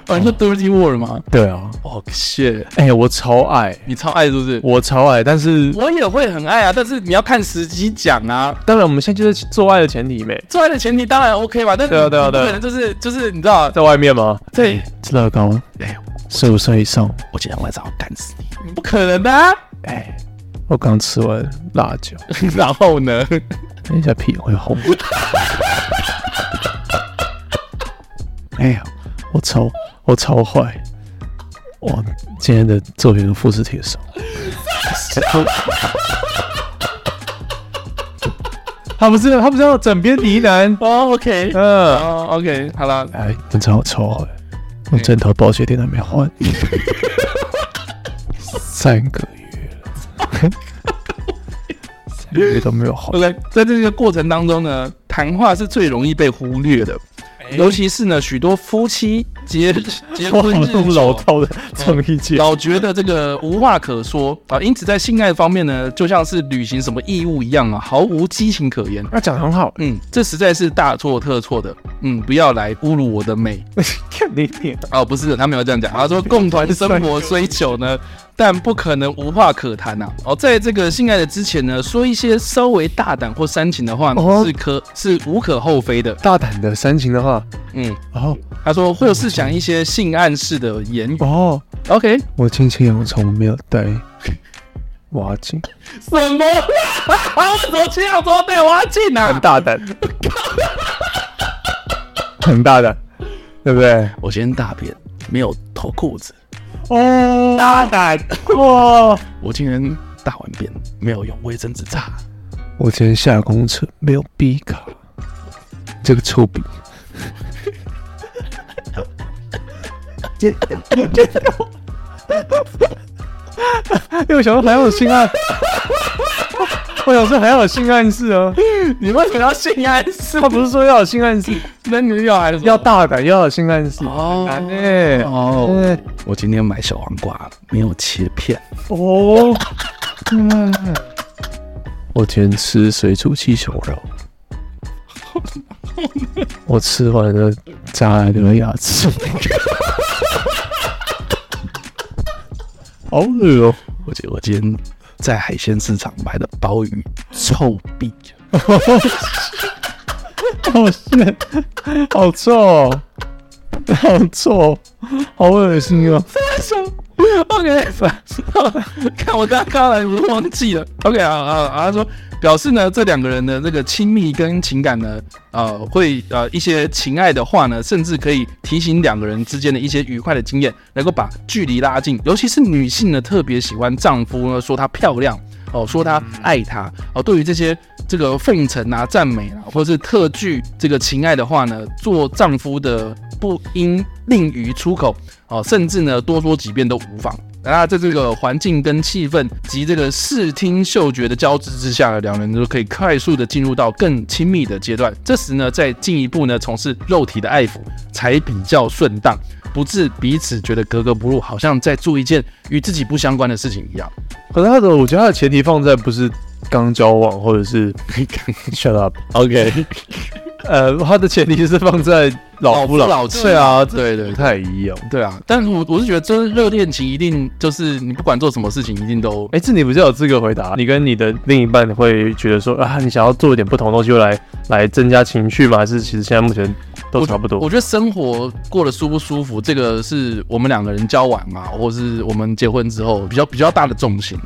[SPEAKER 2] 哦，你说 dirty word 吗？
[SPEAKER 3] 对啊，
[SPEAKER 2] 哦、shit，
[SPEAKER 3] 哎，我超爱，
[SPEAKER 2] 你超爱是不是？
[SPEAKER 3] 我超爱，但是
[SPEAKER 2] 我也会很爱啊，但是你要看时机讲啊。
[SPEAKER 3] 当然我们现在就是做爱的前提没。
[SPEAKER 2] 做爱的前提当然 OK 嘛，但是
[SPEAKER 3] 对啊对啊
[SPEAKER 2] 你不
[SPEAKER 3] 对啊
[SPEAKER 2] 可能就是就是你知道，
[SPEAKER 3] 在外面吗？
[SPEAKER 2] 对，
[SPEAKER 3] 吃乐高，
[SPEAKER 2] 哎，
[SPEAKER 3] 十五岁以上。
[SPEAKER 2] 我今天晚上要干死你，你不可能的、啊。
[SPEAKER 3] 哎，我刚吃完辣 椒，
[SPEAKER 2] 然后呢？
[SPEAKER 3] 等一下屁会 红。哎呀，我超我超坏！哇，今天的作品跟复制贴上。 他不是他不是要枕边呢喃，
[SPEAKER 2] 哦，OK、o k
[SPEAKER 3] 嗯，
[SPEAKER 2] 哦，OK，好了，
[SPEAKER 3] 哎，真的好臭哎！我枕头保险垫还没 换，三个月了，三个月都没有换。
[SPEAKER 2] OK，在这个过程当中呢，谈话是最容易被忽略的，
[SPEAKER 3] 哎
[SPEAKER 2] 尤其是呢，许多夫妻结 结
[SPEAKER 3] 我
[SPEAKER 2] 婚
[SPEAKER 3] 好
[SPEAKER 2] 日久
[SPEAKER 3] 用老套的创意界，
[SPEAKER 2] 老觉得这个无话可说啊，因此在性爱方面呢，就像是履行什么义务一样啊，毫无激情可言。
[SPEAKER 3] 那讲得很好。
[SPEAKER 2] 嗯，这实在是大错特错的。嗯，不要来侮辱我的美
[SPEAKER 3] 看你点，
[SPEAKER 2] 哦，不是的，他没有这样讲，他 说共团生活虽久呢，但不可能无话可谈呐、哦，在这个性爱的之前呢，说一些稍微大胆或煽情的话呢
[SPEAKER 3] 哦
[SPEAKER 2] 是可是无可厚非的。
[SPEAKER 3] 大胆的煽情的话，
[SPEAKER 2] 嗯，
[SPEAKER 3] 哦
[SPEAKER 2] 他说或是想一些性暗示的言语。
[SPEAKER 3] 哦，
[SPEAKER 2] OK，
[SPEAKER 3] 我轻轻洋葱没有带挖镜，
[SPEAKER 2] 什么？ 我怎么这样说对挖进啊？
[SPEAKER 3] 很大胆，很大胆，对不对？
[SPEAKER 2] 我今天大便没有脱裤子，
[SPEAKER 3] 哦，
[SPEAKER 2] 大胆。
[SPEAKER 3] 哇！
[SPEAKER 2] 我今天大完便没有用卫生纸擦。
[SPEAKER 3] 我今天下公车没有 B 卡，这个臭逼。因为我想说还要有性暗，我想说还要有性暗示啊！
[SPEAKER 2] 你为什么要性暗示？
[SPEAKER 3] 他不是说要有性暗示，
[SPEAKER 2] 那你要还是
[SPEAKER 3] 要大胆，要有性暗示。
[SPEAKER 2] 哦
[SPEAKER 3] 哎、
[SPEAKER 2] 哦，
[SPEAKER 3] 哎
[SPEAKER 2] 我今天买小黄瓜没有切片。
[SPEAKER 3] 哦，我今天吃水煮鸡胸肉， 我吃完了扎了个牙齿， 好恶哦、
[SPEAKER 2] 我觉我今天在海鲜市场买的鲍鱼臭毙。
[SPEAKER 3] 好咸，好臭哦、好臭，好恶心哦、
[SPEAKER 2] OK，看 我刚刚来我都忘记了。OK 啊啊啊！他说表示呢，这两个人的这个亲密跟情感呢，呃，会呃一些情爱的话呢，甚至可以提醒两个人之间的一些愉快的经验，能够把距离拉近。尤其是女性呢，特别喜欢丈夫呢说她漂亮。哦，说她爱他哦，对于这些这个奉承啊、赞美啊，或者是特具这个情爱的话呢，做丈夫的不应吝于出口哦，甚至呢多说几遍都无妨。那在这个环境跟气氛及这个视听嗅觉的交织之下呢，两人就可以快速的进入到更亲密的阶段。这时呢，再进一步呢从事肉体的爱抚才比较顺当，不致彼此觉得格格不入，好像在做一件与自己不相关的事情一样。
[SPEAKER 3] 可是他的，我觉得他的前提放在不是刚交往或者是 shut up，
[SPEAKER 2] OK，
[SPEAKER 3] 呃，他的前提是放在老夫
[SPEAKER 2] 老夫老妻
[SPEAKER 3] 对啊，这
[SPEAKER 2] 对对对
[SPEAKER 3] 不太一样。
[SPEAKER 2] 对啊，但是我我是觉得，这热恋情一定就是你不管做什么事情，一定都
[SPEAKER 3] 哎，这你比较有资格回答。你跟你的另一半会觉得说啊，你想要做一点不同的东西来来增加情趣吗？还是其实现在目前都
[SPEAKER 2] 我
[SPEAKER 3] 差不多
[SPEAKER 2] 我？觉得生活过得舒不舒服，这个是我们两个人交往啊，或是我们结婚之后比较比较大的重心，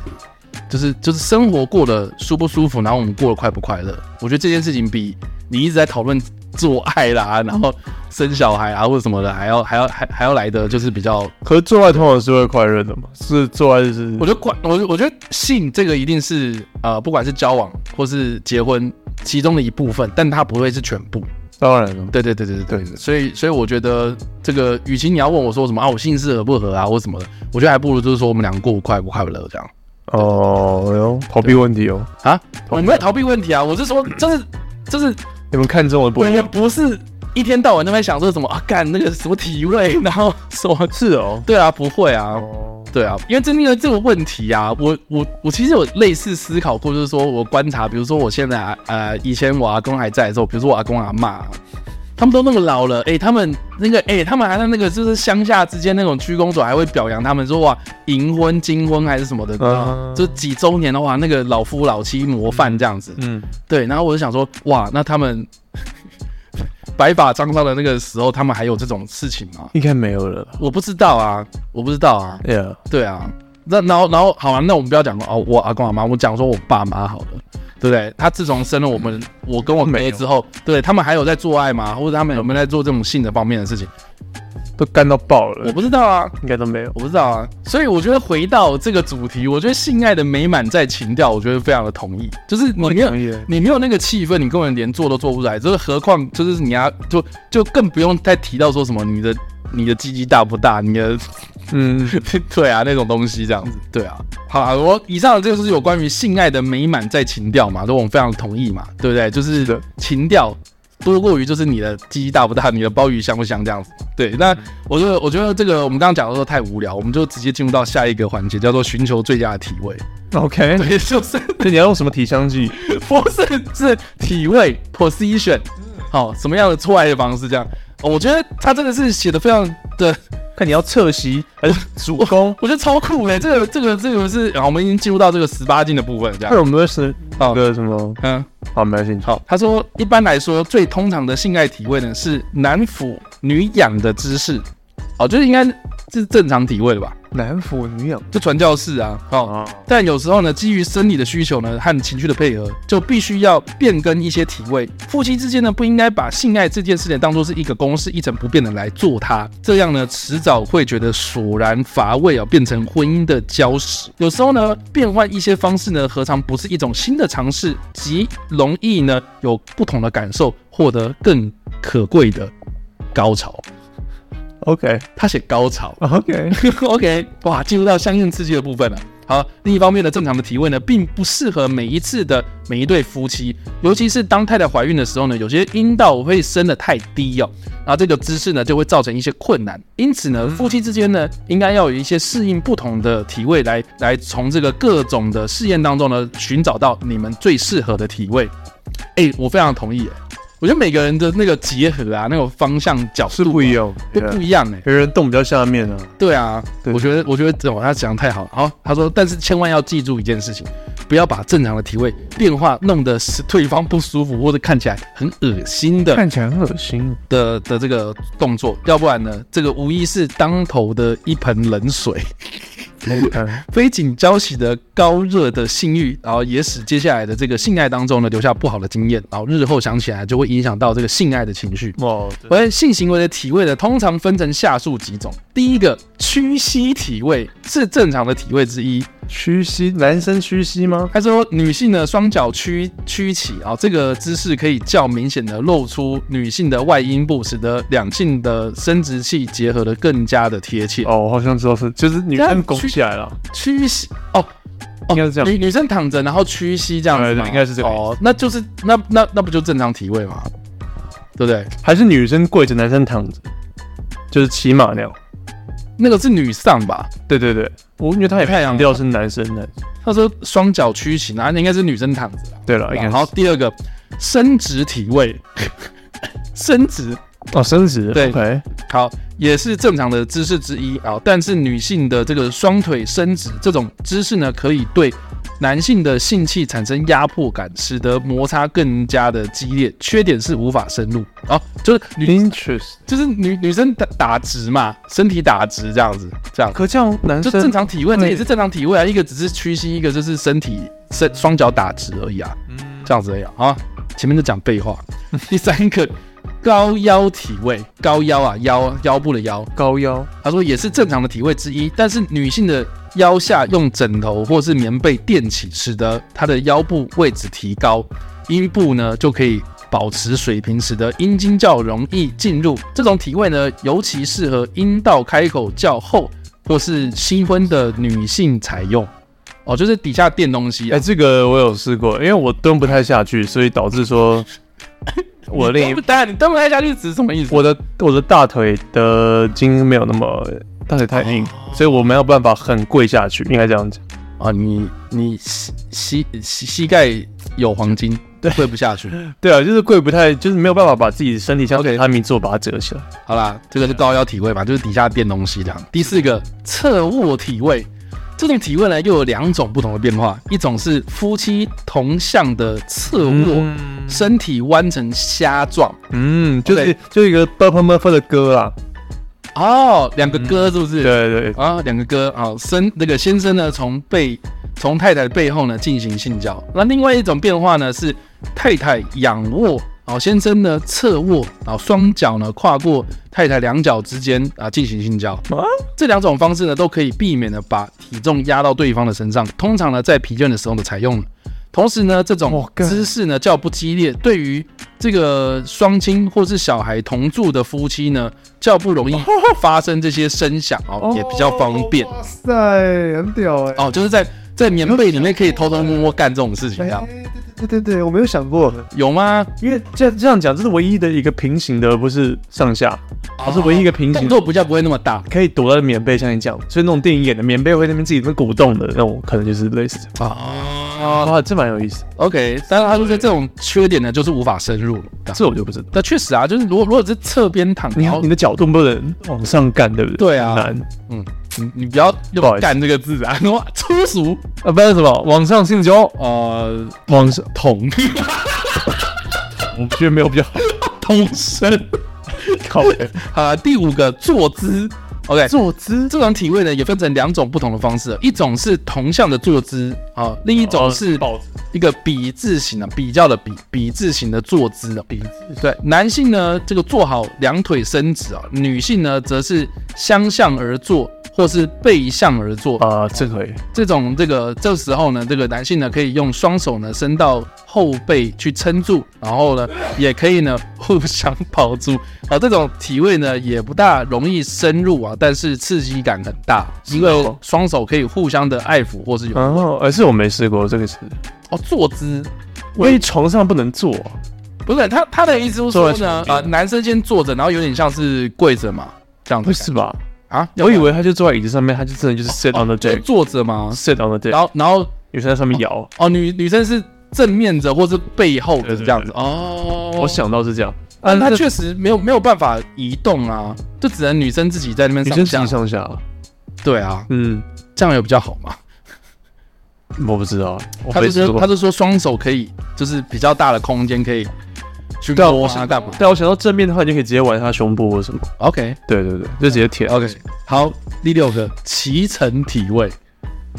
[SPEAKER 2] 就是就是生活过得舒不舒服，然后我们过得快不快乐。我觉得这件事情比你一直在讨论做爱啦，然后生小孩啊或者什么的，还要还要还还要来的就是比较
[SPEAKER 3] 可是做爱通常是会快乐的嘛？是做爱就是
[SPEAKER 2] 我觉得关我我觉得性这个一定是呃，不管是交往或是结婚其中的一部分，但它不会是全部。
[SPEAKER 3] 当然了，
[SPEAKER 2] 对对对对对对，所以所以我觉得这个，与其你要问我说什么啊，我性事合不合啊，或什么的，我觉得还不如就是说我们两个过得快不快乐这样
[SPEAKER 3] 哦，哎呦，逃避问题哦，
[SPEAKER 2] 啊。我没有逃避问题啊，我是说， 就是就是
[SPEAKER 3] 你们看中的不
[SPEAKER 2] 我
[SPEAKER 3] 一
[SPEAKER 2] 也
[SPEAKER 3] 样
[SPEAKER 2] 不是一天到晚那边想说什么啊，干那个什么体位，然后什么
[SPEAKER 3] 是哦，
[SPEAKER 2] 对啊，不会啊，
[SPEAKER 3] 哦，
[SPEAKER 2] 对啊，因为真的这个问题啊，我我我其实有类似思考过，就是说我观察，比如说我现在啊呃，以前我阿公还在的时候，比如说我阿公阿妈，他们都那么老了，哎、他们那个哎、他们还在那个就是乡下之间那种区公所还会表扬他们说哇，银婚、金婚还是什么的，
[SPEAKER 3] 嗯
[SPEAKER 2] 就几周年的话，那个老夫老妻模范这样子，
[SPEAKER 3] 嗯，
[SPEAKER 2] 对，然后我就想说，哇，那他们 白发张张的那个时候，他们还有这种事情吗？
[SPEAKER 3] 应该没有了啦
[SPEAKER 2] 我不知道啊，我不知道啊，
[SPEAKER 3] ，Yeah，
[SPEAKER 2] 对啊，那然后然后好啊，那我们不要讲哦，我阿公阿妈，我讲说我爸妈好了，对不对？他自从生了我们，我跟我妹之后，对他们还有在做爱吗？或者他们有没有在做这种性的方面的事情？
[SPEAKER 3] 都干到爆
[SPEAKER 2] 我
[SPEAKER 3] 了，
[SPEAKER 2] 不知道啊，
[SPEAKER 3] 应该都没有。
[SPEAKER 2] 我不知道啊。所以我觉得回到这个主题，我觉得性爱的美满在情调，我觉得非常的同意，就是你没有
[SPEAKER 3] 同意耶
[SPEAKER 2] 你没有那个气氛，你根本连做都做不出来，就是何况就是你要就就更不用再提到说什么你的你的鸡鸡大不大，你的
[SPEAKER 3] 嗯，
[SPEAKER 2] 对啊，那种东西这样子，对啊。好啊，我以上的这个就是有关于性爱的美满在情调嘛，都我们非常同意嘛，对不对？就是
[SPEAKER 3] 的
[SPEAKER 2] 情调多过于就是你的鸡鸡大不大，你的鲍鱼香不香这样子。对，那我觉得我觉得这个我们刚刚讲的时候太无聊，我们就直接进入到下一个环节，叫做寻求最佳的体位。
[SPEAKER 3] OK，
[SPEAKER 2] 对，就是
[SPEAKER 3] 那你要用什么体香剂？
[SPEAKER 2] 不是是体位 position，好、什么样的错爱的方式这样。哦我觉得他真的是写的非常的
[SPEAKER 3] 看你要侧席还是主 攻？
[SPEAKER 2] 我觉得超酷嘞、这个这个这个是，啊，我们已经进入到这个十八禁的部分，这
[SPEAKER 3] 那
[SPEAKER 2] 样。
[SPEAKER 3] 我们会是那
[SPEAKER 2] 好
[SPEAKER 3] 个什么？
[SPEAKER 2] 嗯，
[SPEAKER 3] 好，没关系。好，
[SPEAKER 2] 他说一般来说最通常的性爱体位呢是男俯女仰的姿势，哦，就是应该是正常体位的吧，
[SPEAKER 3] 男服女养
[SPEAKER 2] 就传教士啊，哦。
[SPEAKER 3] 啊，
[SPEAKER 2] 但有时候呢，基于生理的需求呢和情绪的配合，就必须要变更一些体位。夫妻之间呢，不应该把性爱这件事情当做是一个公式，一成不变的来做它，这样呢，迟早会觉得索然乏味啊，变成婚姻的礁石。有时候呢，变换一些方式呢，何尝不是一种新的尝试，极容易呢有不同的感受，获得更可贵的高潮。
[SPEAKER 3] OK，OK，
[SPEAKER 2] 他写高潮，OK，哇， 进入到相应刺激的部分了。好，另一方面呢，正常的体位呢，并不适合每一次的每一对夫妻，尤其是当太太怀孕的时候呢，有些阴道会升得太低哦，然后这个姿势呢，就会造成一些困难。因此呢，夫妻之间呢，应该要有一些适应不同的体位来，来从这个各种的试验当中呢，寻找到你们最适合的体位。哎、我非常同意、哎，我觉得每个人的那个结合啊，那种方向角度
[SPEAKER 3] 是不一样，
[SPEAKER 2] 会不一样哎、
[SPEAKER 3] 有人动比较下面啊。
[SPEAKER 2] 对啊，
[SPEAKER 3] 对
[SPEAKER 2] 我觉得我觉得这种他讲得太好了。好，他说，但是千万要记住一件事情，不要把正常的体位变化弄得使对方不舒服或者看起来很恶心的
[SPEAKER 3] 看起来很恶心。
[SPEAKER 2] 的的这个动作，要不然呢，这个无疑是当头的一盆冷水。
[SPEAKER 3] 嗯
[SPEAKER 2] 非仅浇熄的高热的性欲，然后也使接下来的这个性爱当中呢留下不好的经验，然后日后想起来就会影响到这个性爱的情绪。
[SPEAKER 3] 哦，
[SPEAKER 2] 而性行为的体位呢，通常分成下述几种。第一个，屈膝体位是正常的体位之一。
[SPEAKER 3] 屈膝，男生屈膝吗？
[SPEAKER 2] 他说，女性呢双脚屈屈起啊、这个姿势可以较明显的露出女性的外阴部，使得两性的生殖器结合的更加的贴切。
[SPEAKER 3] 哦，我好像知道是，就是女
[SPEAKER 2] 这样
[SPEAKER 3] 生拱起来了，
[SPEAKER 2] 屈膝哦。哦
[SPEAKER 3] 应该是这样
[SPEAKER 2] 女女生躺着，然后屈膝这样子
[SPEAKER 3] 对
[SPEAKER 2] 吗，
[SPEAKER 3] 对应该是这个意思
[SPEAKER 2] 哦，那就是那那那不就正常体位吗？对不对？
[SPEAKER 3] 还是女生跪着，男生躺着，就是骑马那样。
[SPEAKER 2] 那个是女上吧？
[SPEAKER 3] 对对对，我因为他也
[SPEAKER 2] 太阳
[SPEAKER 3] 强调是男生的，
[SPEAKER 2] 啊、那时候双脚屈起，然后应该是女生躺着啦。
[SPEAKER 3] 对了，应该
[SPEAKER 2] 然后
[SPEAKER 3] 是
[SPEAKER 2] 第二个伸直体位，伸直
[SPEAKER 3] 哦，升职
[SPEAKER 2] 对
[SPEAKER 3] OK
[SPEAKER 2] 好也是正常的姿势之一啊、但是女性的这个双腿伸直这种姿势呢，可以对男性的性器产生压迫感，使得摩擦更加的激烈。缺点是无法深入啊、就是女
[SPEAKER 3] interest
[SPEAKER 2] 就是女女生打打直嘛，身体打直这样子，这样
[SPEAKER 3] 可这样男
[SPEAKER 2] 就
[SPEAKER 3] 生
[SPEAKER 2] 正常体位，这
[SPEAKER 3] 对
[SPEAKER 2] 也是正常体位啊，一个只是屈膝，一个就是身体身双脚打直而已啊，这样子而已啊。好前面就讲废话。第三个高腰体位，高腰啊，腰腰部的腰，
[SPEAKER 3] 高腰
[SPEAKER 2] 他说也是正常的体位之一，但是女性的腰下用枕头或是棉被垫起，使得她的腰部位置提高，阴部呢就可以保持水平，使得阴茎较容易进入。这种体位呢，尤其适合阴道开口较厚或是新婚的女性采用。哦，就是底下垫东西、
[SPEAKER 3] 哎、
[SPEAKER 2] 啊，
[SPEAKER 3] 这个我有试过，因为我蹲不太下去，所以导致 说我另一
[SPEAKER 2] 不但你蹬不太下去，指什么 意思？
[SPEAKER 3] 我的我的大腿的筋没有那么大腿太硬，所以我没有办法很跪下去，应该这样讲。
[SPEAKER 2] 啊，你你膝膝膝膝盖有黄金，跪不下去。
[SPEAKER 3] 对啊，就是跪不太，就是没有办法把自己身体像
[SPEAKER 2] OK
[SPEAKER 3] 榻米做把它折起来。
[SPEAKER 2] 好啦，这个是高腰体位嘛，就是底下垫东西这样。第四个侧卧体位，这种体位呢又有两种不同的变化，一种是夫妻同向的侧卧，身体弯成虾状。
[SPEAKER 3] 嗯，就是
[SPEAKER 2] OK
[SPEAKER 3] 就是一个 b u r p e r m u r p h 的歌啦。
[SPEAKER 2] 哦，两个哥是不是？
[SPEAKER 3] 对对对
[SPEAKER 2] 啊，两个哥啊，生那个先生呢，从背从太太的背后呢进行性交。那另外一种变化呢是太太仰卧，然后先生呢侧卧，然后双脚呢跨过太太两脚之间啊进行性交。这两种方式呢都可以避免呢把体重压到对方的身上，通常呢在疲倦的时候呢采用。同时呢，这种
[SPEAKER 3] 干
[SPEAKER 2] 姿势呢较不激烈，对于这个双亲或是小孩同住的夫妻呢，较不容易发生这些声响 哦，也比较方便
[SPEAKER 4] 哇塞，很屌哎、
[SPEAKER 2] 哦，就是在在棉被里面可以偷偷摸摸干这种事情，这样
[SPEAKER 4] 哎对对对对，我没有想过，
[SPEAKER 2] 有吗？
[SPEAKER 3] 因为这样这样讲，这是唯一的一个平行的，而不是上下，而哦是唯一一个平行
[SPEAKER 2] 动
[SPEAKER 3] 的。
[SPEAKER 2] 作比较不会那么大
[SPEAKER 3] 可以躲在棉被，像你讲，所以那种电影演的棉被会在那边自己会鼓动的那种，可能就是类似这样。
[SPEAKER 2] 哦。
[SPEAKER 3] 哇，这蛮有意思，
[SPEAKER 2] OK，但是他说在这种缺点呢，就是无法深入。
[SPEAKER 3] 这我就不知道。
[SPEAKER 2] 那确实啊，就是如果如果是侧边躺，
[SPEAKER 3] 你
[SPEAKER 2] 然后
[SPEAKER 3] 你的角度不能往上干，对不对？
[SPEAKER 2] 对啊
[SPEAKER 3] 很难
[SPEAKER 2] 你你不要
[SPEAKER 3] 不好
[SPEAKER 2] 用
[SPEAKER 3] 意
[SPEAKER 2] “
[SPEAKER 3] 思
[SPEAKER 2] 干”这个字啊， 我粗俗
[SPEAKER 3] 啊，不是什么往上性交，
[SPEAKER 2] 呃
[SPEAKER 3] 往上，
[SPEAKER 2] 捅
[SPEAKER 3] 我觉得没有比较 好。
[SPEAKER 2] 捅身。
[SPEAKER 3] 靠北
[SPEAKER 2] 啊，第五个坐姿，OK，
[SPEAKER 3] 坐姿
[SPEAKER 2] 这种体位呢也分成两种不同的方式，一种是同向的坐姿啊，另一
[SPEAKER 3] 哦
[SPEAKER 2] 种是
[SPEAKER 3] 抱
[SPEAKER 2] 一个比字形的比较的比比字形的坐姿的比对，男性呢这个坐好两腿伸直啊，女性呢则是相向而坐或是背向而坐。
[SPEAKER 3] 啊，这可以。
[SPEAKER 2] 这种这个这时候呢，这个男性呢可以用双手呢伸到后背去撑住，然后呢也可以呢互相抱住啊。这种体位呢也不大容易深入啊，但是刺激感很大，因为双手可以互相的爱抚或 是有
[SPEAKER 3] 然后，而啊是我没试过这个词，
[SPEAKER 2] 哦坐姿。
[SPEAKER 3] 因为床上不能坐啊，
[SPEAKER 2] 不是他他的意思是
[SPEAKER 3] 坐
[SPEAKER 2] 说
[SPEAKER 3] 在
[SPEAKER 2] 呢
[SPEAKER 3] 床，边
[SPEAKER 2] 呃，男生先坐着，然后有点像是跪着嘛，这样子
[SPEAKER 3] 不是吧？
[SPEAKER 2] 啊？
[SPEAKER 3] 我以为他就坐在椅子上面，他就真的就是 sit on the
[SPEAKER 2] 就是
[SPEAKER 3] deck，sit
[SPEAKER 2] 坐着嘛，
[SPEAKER 3] on the
[SPEAKER 2] 然
[SPEAKER 3] deck，
[SPEAKER 2] 后然后
[SPEAKER 3] 女生在上面摇。
[SPEAKER 2] 哦，女女生是正面着或是背后的
[SPEAKER 3] 对对
[SPEAKER 2] 这
[SPEAKER 3] 对
[SPEAKER 2] 样子哦。
[SPEAKER 3] 我想到是呃这样，啊
[SPEAKER 2] 但
[SPEAKER 3] 那
[SPEAKER 2] 他确实没有没有办法移动啊，就只能女生自己在那边
[SPEAKER 3] 女生
[SPEAKER 2] 上
[SPEAKER 3] 自己
[SPEAKER 2] 下。
[SPEAKER 3] 上下，
[SPEAKER 2] 对啊，
[SPEAKER 3] 嗯，
[SPEAKER 2] 这样有比较好嘛？
[SPEAKER 3] 我不知道，我
[SPEAKER 2] 他
[SPEAKER 3] 哦没
[SPEAKER 2] 就
[SPEAKER 3] 试
[SPEAKER 2] 是
[SPEAKER 3] 过
[SPEAKER 2] 他。就说双手可以，就是比较大的空间可以去
[SPEAKER 3] 对啊
[SPEAKER 2] 摸
[SPEAKER 3] 我
[SPEAKER 2] 啊
[SPEAKER 3] 想
[SPEAKER 2] 干嘛
[SPEAKER 3] 但我想到正面的话，你就可以直接玩他胸部或什么。
[SPEAKER 2] ？OK
[SPEAKER 3] 对对对，就直接舔。
[SPEAKER 2] OK，好，第六个脐橙体位。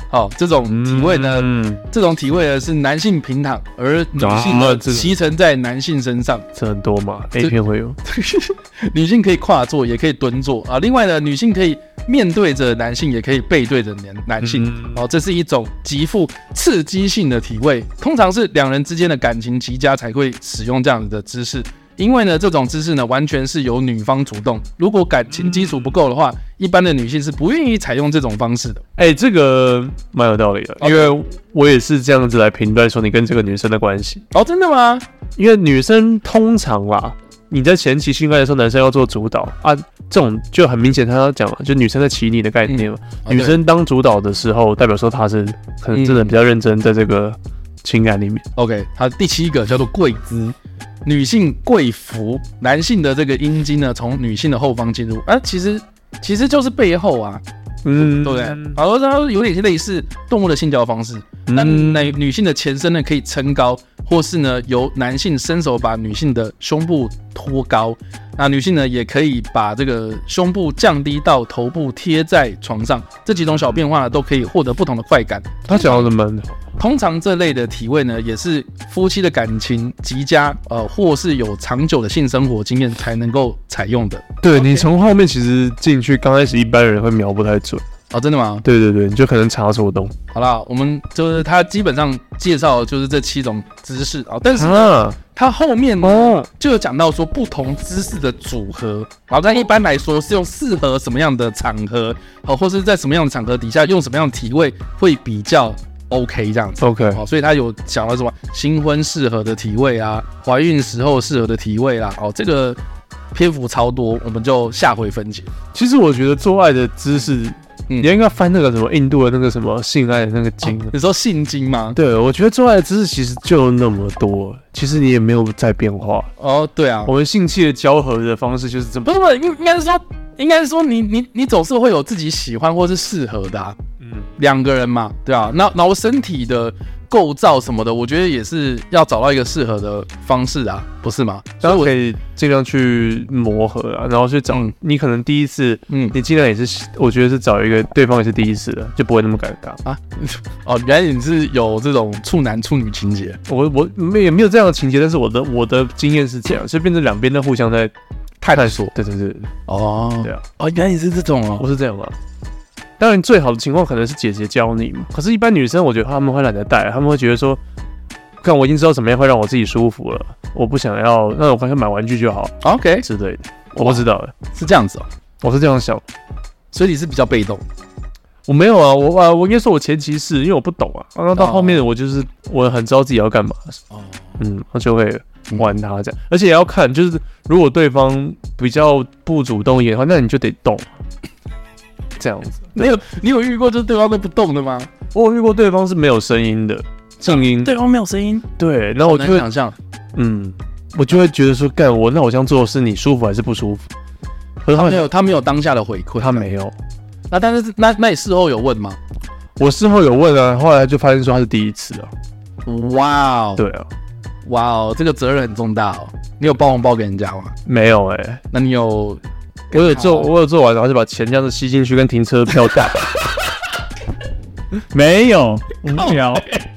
[SPEAKER 2] 好，这种体位呢，
[SPEAKER 3] 嗯，
[SPEAKER 2] 这种体位呢是男性平躺，而女性
[SPEAKER 3] 啊
[SPEAKER 2] 呢
[SPEAKER 3] 这个
[SPEAKER 2] 骑乘在男性身上。
[SPEAKER 3] 这很多嘛，A 片会有。
[SPEAKER 2] 女性可以跨坐，也可以蹲坐啊。另外呢，女性可以面对着男性，也可以背对着男男性。
[SPEAKER 3] 嗯
[SPEAKER 2] 哦，这是一种极富刺激性的体位，通常是两人之间的感情极佳才会使用这样子的姿势。因为呢，这种姿势呢，完全是由女方主动。如果感情基础不够的话，一般的女性是不愿意采用这种方式的。
[SPEAKER 3] 哎、这个蛮有道理的，因为我也是这样子来评断说你跟这个女生的关系。
[SPEAKER 2] 哦，真的吗？
[SPEAKER 3] 因为女生通常啦，你在前期性爱的时候，男生要做主导啊，这种就很明显，他要讲嘛，就女生在骑你的概念嘛。
[SPEAKER 2] 啊
[SPEAKER 3] 女
[SPEAKER 2] 对
[SPEAKER 3] 生当主导的时候，代表说她是可能
[SPEAKER 2] 嗯
[SPEAKER 3] 真的比较认真在这个情感里面。
[SPEAKER 2] OK，它第七个叫做跪姿，女性跪服，男性的这个阴茎呢从女性的后方进入，啊，其实其实就是背后啊，
[SPEAKER 3] 嗯，嗯
[SPEAKER 2] 对不对？好多它有点类似动物的性交方式，那女女性的前身呢可以撑高，或是呢由男性伸手把女性的胸部托高，那女性呢也可以把这个胸部降低到头部贴在床上，这几种小变化呢都可以获得不同的快感。
[SPEAKER 3] 他讲的蛮
[SPEAKER 2] 通常这类的体位呢，也是夫妻的感情极佳，呃，或是有长久的性生活经验才能够采用的。
[SPEAKER 3] 对你从后面其实进去，刚开始一般人会瞄不太准。
[SPEAKER 2] 哦，真的吗？
[SPEAKER 3] 对对对，你就可能查错东
[SPEAKER 2] 好啦，我们就是他基本上介绍就是这七种姿势啊、哦，但是
[SPEAKER 3] 啊。
[SPEAKER 2] 他后面
[SPEAKER 3] 哦
[SPEAKER 2] 呢就有讲到说不同姿势的组合，好，但一般来说是用适合什么样的场合，好、或是在什么样的场合底下用什么样的体位会比较 OK 这样子。
[SPEAKER 3] OK，
[SPEAKER 2] 哦，所以他有讲到什么新婚适合的体位啊，怀孕时候适合的体位啦、哦，这个篇幅超多，我们就下回分解。
[SPEAKER 3] 其实我觉得做爱的姿势，
[SPEAKER 2] 嗯哦
[SPEAKER 3] 你应该翻那个什么印度的那个什么性爱的那个经啊。
[SPEAKER 2] 你说性经吗？
[SPEAKER 3] 对，我觉得做爱的姿势其实就那么多，其实你也没有在变化。
[SPEAKER 2] 哦，对啊，
[SPEAKER 3] 我们性器的交合的方式就是这么
[SPEAKER 2] 不是不是，应应该是说，应该是说你你你总是会有自己喜欢或是适合的、啊，嗯，两个人嘛，对啊，那然后身体的构造什么的，我觉得也是要找到一个适合的方式啊，不是吗？
[SPEAKER 3] 当然可以尽量去磨合啊，然后去找、
[SPEAKER 2] 嗯
[SPEAKER 3] 你可能第一次，
[SPEAKER 2] 嗯
[SPEAKER 3] 你尽量也是，我觉得是找一个对方也是第一次的，就不会那么尴尬。
[SPEAKER 2] 啊，哦，原来你是有这种处男处女情节，
[SPEAKER 3] 我我没也没有这样的情节，但是我的我的经验是这样，就变成两边都互相在探索。对对对，
[SPEAKER 2] 哦，
[SPEAKER 3] 对啊，
[SPEAKER 2] 哦，原来你是这种哦
[SPEAKER 3] 我，是这样啊。当然，最好的情况可能是姐姐教你嘛。可是，一般女生，我觉得她们会懒得带，她们会觉得说，看我已经知道怎么样会让我自己舒服了，我不想要，那我干脆买玩具就好
[SPEAKER 2] OK，
[SPEAKER 3] 之类的。我不知道的，
[SPEAKER 2] 是这样子哦，
[SPEAKER 3] 我是这样想。
[SPEAKER 2] 所以你是比较被动。
[SPEAKER 3] 我没有啊，我啊，我应该说我前期是因为我不懂啊，然后到后面我就是我很知道自己要干嘛，
[SPEAKER 2] 哦嗯
[SPEAKER 3] 嗯，我就会玩他这样，而且也要看，就是如果对方比较不主动一点的话，那你就得动，这样子。
[SPEAKER 2] 你有你有遇过就是对方都不动的吗？
[SPEAKER 3] 我有遇过对方是没有声音的，静音，
[SPEAKER 2] 对方没有声音，
[SPEAKER 3] 对，然后我
[SPEAKER 2] 我
[SPEAKER 3] 就
[SPEAKER 2] 能
[SPEAKER 3] 会
[SPEAKER 2] 想象。
[SPEAKER 3] 嗯，我就会觉得说，干我那我这样做是你舒服还是不舒服？可是他
[SPEAKER 2] 没
[SPEAKER 3] 们
[SPEAKER 2] 有，他没有当下的回馈。
[SPEAKER 3] 他没有，
[SPEAKER 2] 那但是那那你事后有问吗？
[SPEAKER 3] 我事后有问啊，后来就发现说他是第一次啊，
[SPEAKER 2] 哇哦，
[SPEAKER 3] 对啊，
[SPEAKER 2] 哇哦，这个责任很重大哦。你有包红包给人家吗？
[SPEAKER 3] 没有哎、
[SPEAKER 2] 那你 有
[SPEAKER 3] 我有做，我有做完，然后就把钱这样子吸进去，跟停车票带。
[SPEAKER 4] 没有，无聊。
[SPEAKER 3] 哦哎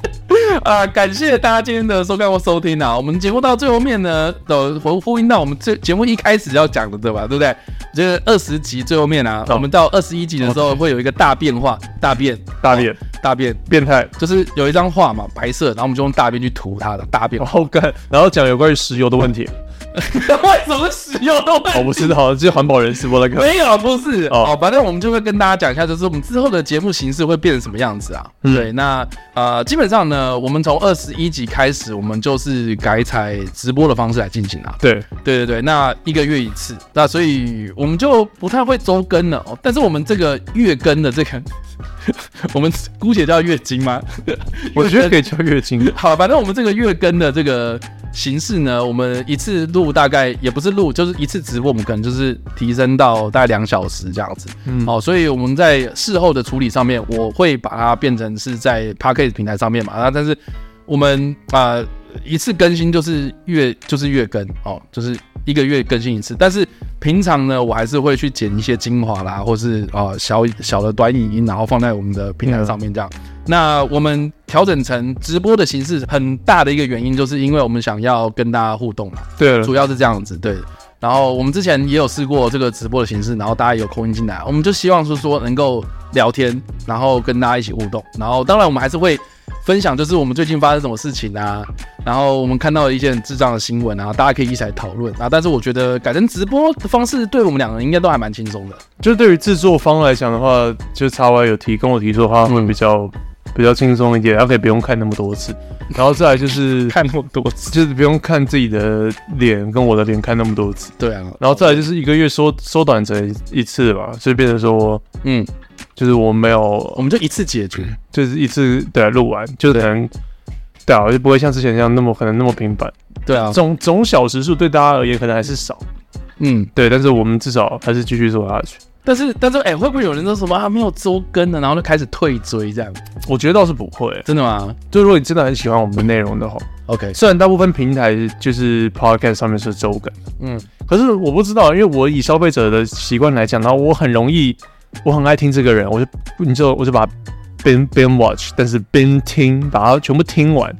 [SPEAKER 2] 啊、感谢大家今天的收看或收听啊！我们节目到最后面呢，呃，我呼应到我们这节目一开始要讲的，对吧？对不对？就是二十集最后面啊，我们到二十一集的时候会有一个大变化，大变，
[SPEAKER 3] 大便，
[SPEAKER 2] 大变，
[SPEAKER 3] 变态，
[SPEAKER 2] 就是有一张画嘛，白色，然后我们就用大便去涂它的大便
[SPEAKER 3] 然。后干，然后讲有关于石油的问题， 哦
[SPEAKER 2] 为什么使用都
[SPEAKER 3] 我
[SPEAKER 2] 会？
[SPEAKER 3] 不知道，这是环保人士我来看。
[SPEAKER 2] 哦没有，不是
[SPEAKER 3] 哦
[SPEAKER 2] 哦，反正我们就会跟大家讲一下，就是我们之后的节目形式会变成什么样子啊？
[SPEAKER 3] 嗯
[SPEAKER 2] 对，那呃，基本上呢，我们从二十一集开始，我们就是改采直播的方式来进行啊。
[SPEAKER 3] 对，
[SPEAKER 2] 对对对，那一个月一次，那所以我们就不太会周更了哦。但是我们这个月更的这个， 我们姑且叫月经吗？
[SPEAKER 3] 我觉得可以叫月经。
[SPEAKER 2] 好，反正我们这个月更的这个形式呢，我们一次录大概也不是录，就是一次直播，我们可能就是提升到大概两小时这样子。
[SPEAKER 3] 嗯，
[SPEAKER 2] 好、所以我们在事后的处理上面，我会把它变成是在 p a c k a g e 平台上面嘛。那但是我们啊、呃一次更新就是月就是月更哦，就是一个月更新一次。但是平常呢，我还是会去剪一些精华啦，或是啊、呃小小的短影音，然后放在我们的平台上面这样。那我们调整成直播的形式，很大的一个原因就是因为我们想要跟大家互动嘛。
[SPEAKER 3] 对了
[SPEAKER 2] 主，要是这样子，对。然后我们之前也有试过这个直播的形式，然后大家也有空音进来，我们就希望是说能够聊天，然后跟大家一起互动。然后当然我们还是会分享，就是我们最近发生什么事情啊，然后我们看到的一些很智障的新闻啊，大家可以一起来讨论啊。但是我觉得改成直播的方式，对我们两个人应该都还蛮轻松的。
[SPEAKER 3] 就对于制作方来讲的话，就 X Y 有提跟我提出的话，会比较比较轻松一点，而且不用看那么多次。然后再来就是
[SPEAKER 2] 看那么多次，
[SPEAKER 3] 就是不用看自己的脸跟我的脸看那么多次。
[SPEAKER 2] 对啊，
[SPEAKER 3] 然后再来就是一个月缩缩短成一次吧，所以变成说
[SPEAKER 2] 嗯，
[SPEAKER 3] 就是我没
[SPEAKER 2] 我
[SPEAKER 3] 有
[SPEAKER 2] 们就一次解决，
[SPEAKER 3] 就是一次对录完，就可能对啊，我就不会像之前一样那么可能那么频繁。
[SPEAKER 2] 对啊，
[SPEAKER 3] 总总小时数对大家而言可能还是少，
[SPEAKER 2] 嗯，
[SPEAKER 3] 对，但是我们至少还是继续做下去。
[SPEAKER 2] 但是但是哎、会不会有人说什么啊没有周更的，然后就开始退追这样？
[SPEAKER 3] 我觉得倒是不会、
[SPEAKER 2] 真的吗
[SPEAKER 3] 就如果你真的很喜欢我们的内容的话，
[SPEAKER 2] ？OK，
[SPEAKER 3] 虽然大部分平台就是 podcast 上面是周更，
[SPEAKER 2] 嗯，
[SPEAKER 3] 可是我不知道，因为我以消费者的习惯来讲，然后我很容易，我很爱听这个人，我就你就我就把它边边 watch，但是边听，把它全部听完。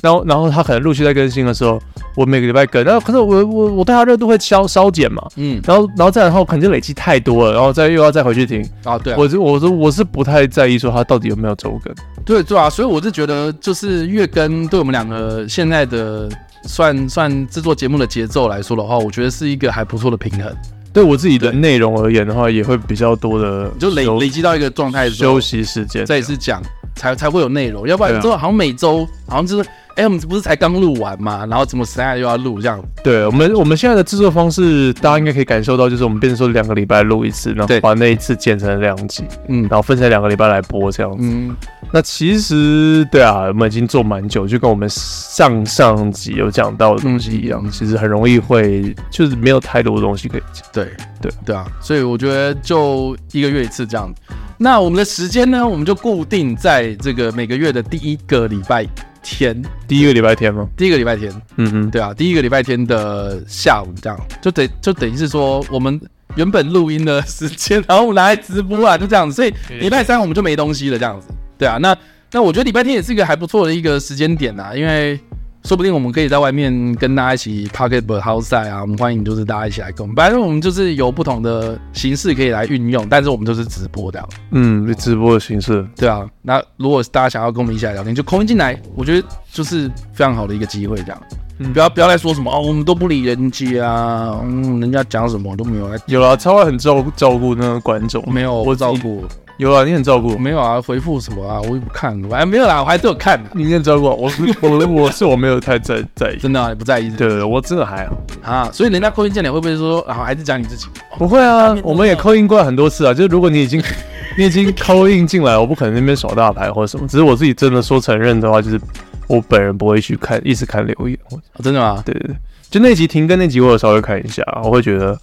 [SPEAKER 3] 然后，然后他可能陆续在更新的时候，我每个礼拜更，然后可是我我我对他热度会消消减嘛，
[SPEAKER 2] 嗯，
[SPEAKER 3] 然后然后再然后可能就累积太多了，然后再又要再回去听，
[SPEAKER 2] 啊对啊，
[SPEAKER 3] 我是我是我是不太在意说他到底有没有周更，
[SPEAKER 2] 对对啊，所以我是觉得，就是月更对我们两个现在的算算制作节目的节奏来说的话，我觉得是一个还不错的平衡。
[SPEAKER 3] 对我自己的
[SPEAKER 2] 对
[SPEAKER 3] 内容而言的话，也会比较多的
[SPEAKER 2] 就累
[SPEAKER 3] 休
[SPEAKER 2] 累积到一个状态之后
[SPEAKER 3] 休，息时间，
[SPEAKER 2] 再一次讲，才才会有内容。要不
[SPEAKER 3] 对
[SPEAKER 2] 然
[SPEAKER 3] 啊
[SPEAKER 2] 之后好像每周好像就是，哎，我们不是才刚录完嘛，然后怎么现在又要录这样？
[SPEAKER 3] 对我们我们现在的制作方式，大家应该可以感受到，就是我们变成说两个礼拜录一次，然后
[SPEAKER 2] 对
[SPEAKER 3] 把那一次剪成两集，
[SPEAKER 2] 嗯
[SPEAKER 3] 然后分成两个礼拜来播这样子。
[SPEAKER 2] 嗯，
[SPEAKER 3] 那其实对啊，我们已经做蛮久，就跟我们上上集有讲到的东西一样，其实很容易会就是没有太多东西可以讲。
[SPEAKER 2] 对
[SPEAKER 3] 对
[SPEAKER 2] 对啊，所以我觉得就一个月一次这样子。那我们的时间呢，我们就固定在这个每个月的第一个礼拜天，
[SPEAKER 3] 第一个礼拜天吗？
[SPEAKER 2] 第一个礼拜天，
[SPEAKER 3] 嗯哼，
[SPEAKER 2] 对啊，第一个礼拜天的下午这样，就等就等于是说我们原本录音的时间，然后我们拿来直播啊，就这样子。所以礼拜三我们就没东西了，这样子。对啊，那那我觉得礼拜天也是一个还不错的一个时间点啊，因为说不定我们可以在外面跟大家一起 pocket house 赛啊，我们欢迎就是大家一起来跟我们，反正我们就是有不同的形式可以来运用，但是我们就是直播的啊。
[SPEAKER 3] 嗯，直播的形式，
[SPEAKER 2] 对啊，那如果大家想要跟我们一起来聊天，就空进来，我觉得就是非常好的一个机会，这样。
[SPEAKER 3] 嗯
[SPEAKER 2] 不要不要再说什么哦，我们都不理人家啊，嗯，人家讲什么都没有来，
[SPEAKER 3] 有啦，超爱很照照顾那个观众，
[SPEAKER 2] 没有
[SPEAKER 3] 我
[SPEAKER 2] 我照
[SPEAKER 3] 自己，
[SPEAKER 2] 顾，
[SPEAKER 3] 有啦，你很照顾，
[SPEAKER 2] 没有啊，回复什么啊，我也不看，我还没有啦，我还是有看的，
[SPEAKER 3] 你很照顾我，我我我是我没有太在在 意，
[SPEAKER 2] 真的、啊、你不在意
[SPEAKER 3] 对对，我真的还好。
[SPEAKER 2] 啊，所以人家空进来会不会说啊，还是讲你自己？
[SPEAKER 3] 不会啊，我们也扣印过很多次啊。就是如果你已经 你已经扣印进来，我不可能那边耍大牌或者什么。只是我自己真的说承认的话，就是我本人不会去看，一直看留言。我
[SPEAKER 2] 哦真的吗？
[SPEAKER 3] 对对对，就那集停更那集，我有稍微看一下，我会觉得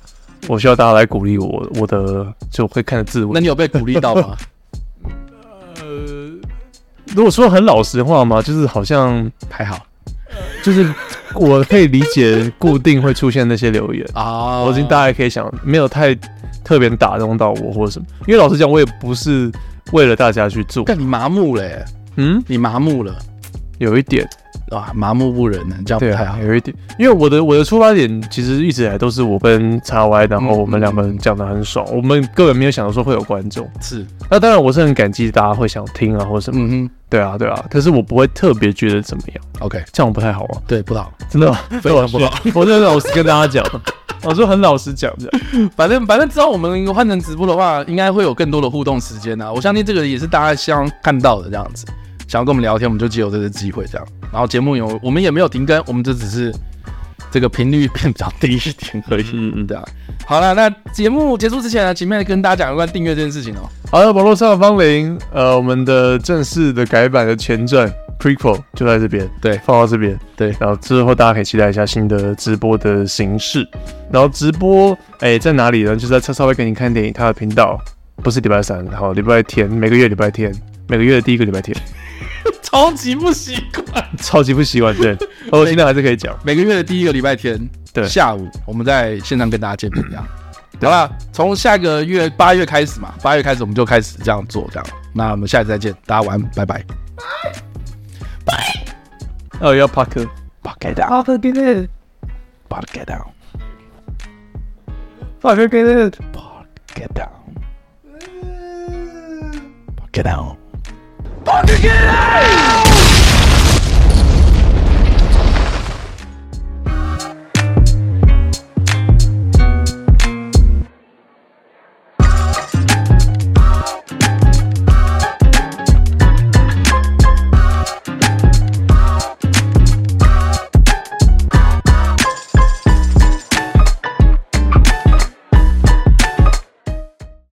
[SPEAKER 3] 我需要大家来鼓励我，我的就会看的自我
[SPEAKER 2] 那。你有被鼓励到 吗？
[SPEAKER 3] 如果说很老实话嘛，就是好像
[SPEAKER 2] 还好
[SPEAKER 3] 就是我可以理解固定会出现那些留言。
[SPEAKER 2] 啊，
[SPEAKER 3] 我已经大概可以想，没有太特别打动到我或者什么，因为老实讲，我也不是为了大家去做，
[SPEAKER 2] 干你麻木了耶、
[SPEAKER 3] 嗯，
[SPEAKER 2] 你麻木了
[SPEAKER 3] 有一点，
[SPEAKER 2] 啊，麻木不仁呢，这样
[SPEAKER 3] 对
[SPEAKER 2] 不太
[SPEAKER 3] 啊
[SPEAKER 2] 好，。
[SPEAKER 3] 有一点，因为我的我的出发点其实一直以来都是我跟叉 Y，然后我们两个人讲的很爽，我们根本没有想到说会有观众，
[SPEAKER 2] 是，
[SPEAKER 3] 那当然我是很感激大家会想听啊或者什么，
[SPEAKER 2] 嗯
[SPEAKER 3] 对啊对啊，可是我不会特别觉得怎么样，
[SPEAKER 2] 哼，OK，
[SPEAKER 3] 这样不太好啊，
[SPEAKER 2] 对，不好。
[SPEAKER 3] 真的吗， 非常不好，我真的老实跟大家讲，我说很老实讲的，
[SPEAKER 2] 反正反正之后我们换成直播的话，应该会有更多的互动时间啊。我相信这个也是大家希望看到的这样子。想要跟我们聊天，我们就借由这个机会这样。然后节目有我们也没有停更，我们就只是这个频率变比较低一点而已。嗯嗯，对啊。好了，那节目结束之前呢，前面跟大家讲有关订阅这件事情哦、
[SPEAKER 3] 好了，网络上的芳龄，呃，我们的正式的改版的前传 prequel 就在这边，
[SPEAKER 2] 对
[SPEAKER 3] 放到这边，
[SPEAKER 2] 对
[SPEAKER 3] 然后之后大家可以期待一下新的直播的形式。然后直播，哎、在哪里呢？就是在叉稍微给你看电影，他的频道不是礼拜三，然后礼拜天，每个月礼拜天，每个月的第一个礼拜天，
[SPEAKER 2] 超级不习惯。
[SPEAKER 3] 超级不习惯， 对，哦我现在还是可以讲，
[SPEAKER 2] 每个月的第一个礼拜天，
[SPEAKER 3] 对
[SPEAKER 2] 下午我们在线上跟大家见面这样。好啦，从下个月八月开始嘛，八月开始我们就开始这样做这样。那我们下次再见，大家晚安，拜拜。
[SPEAKER 3] 哦，要 Parker。
[SPEAKER 2] But get down. But get down. But get down. But get down.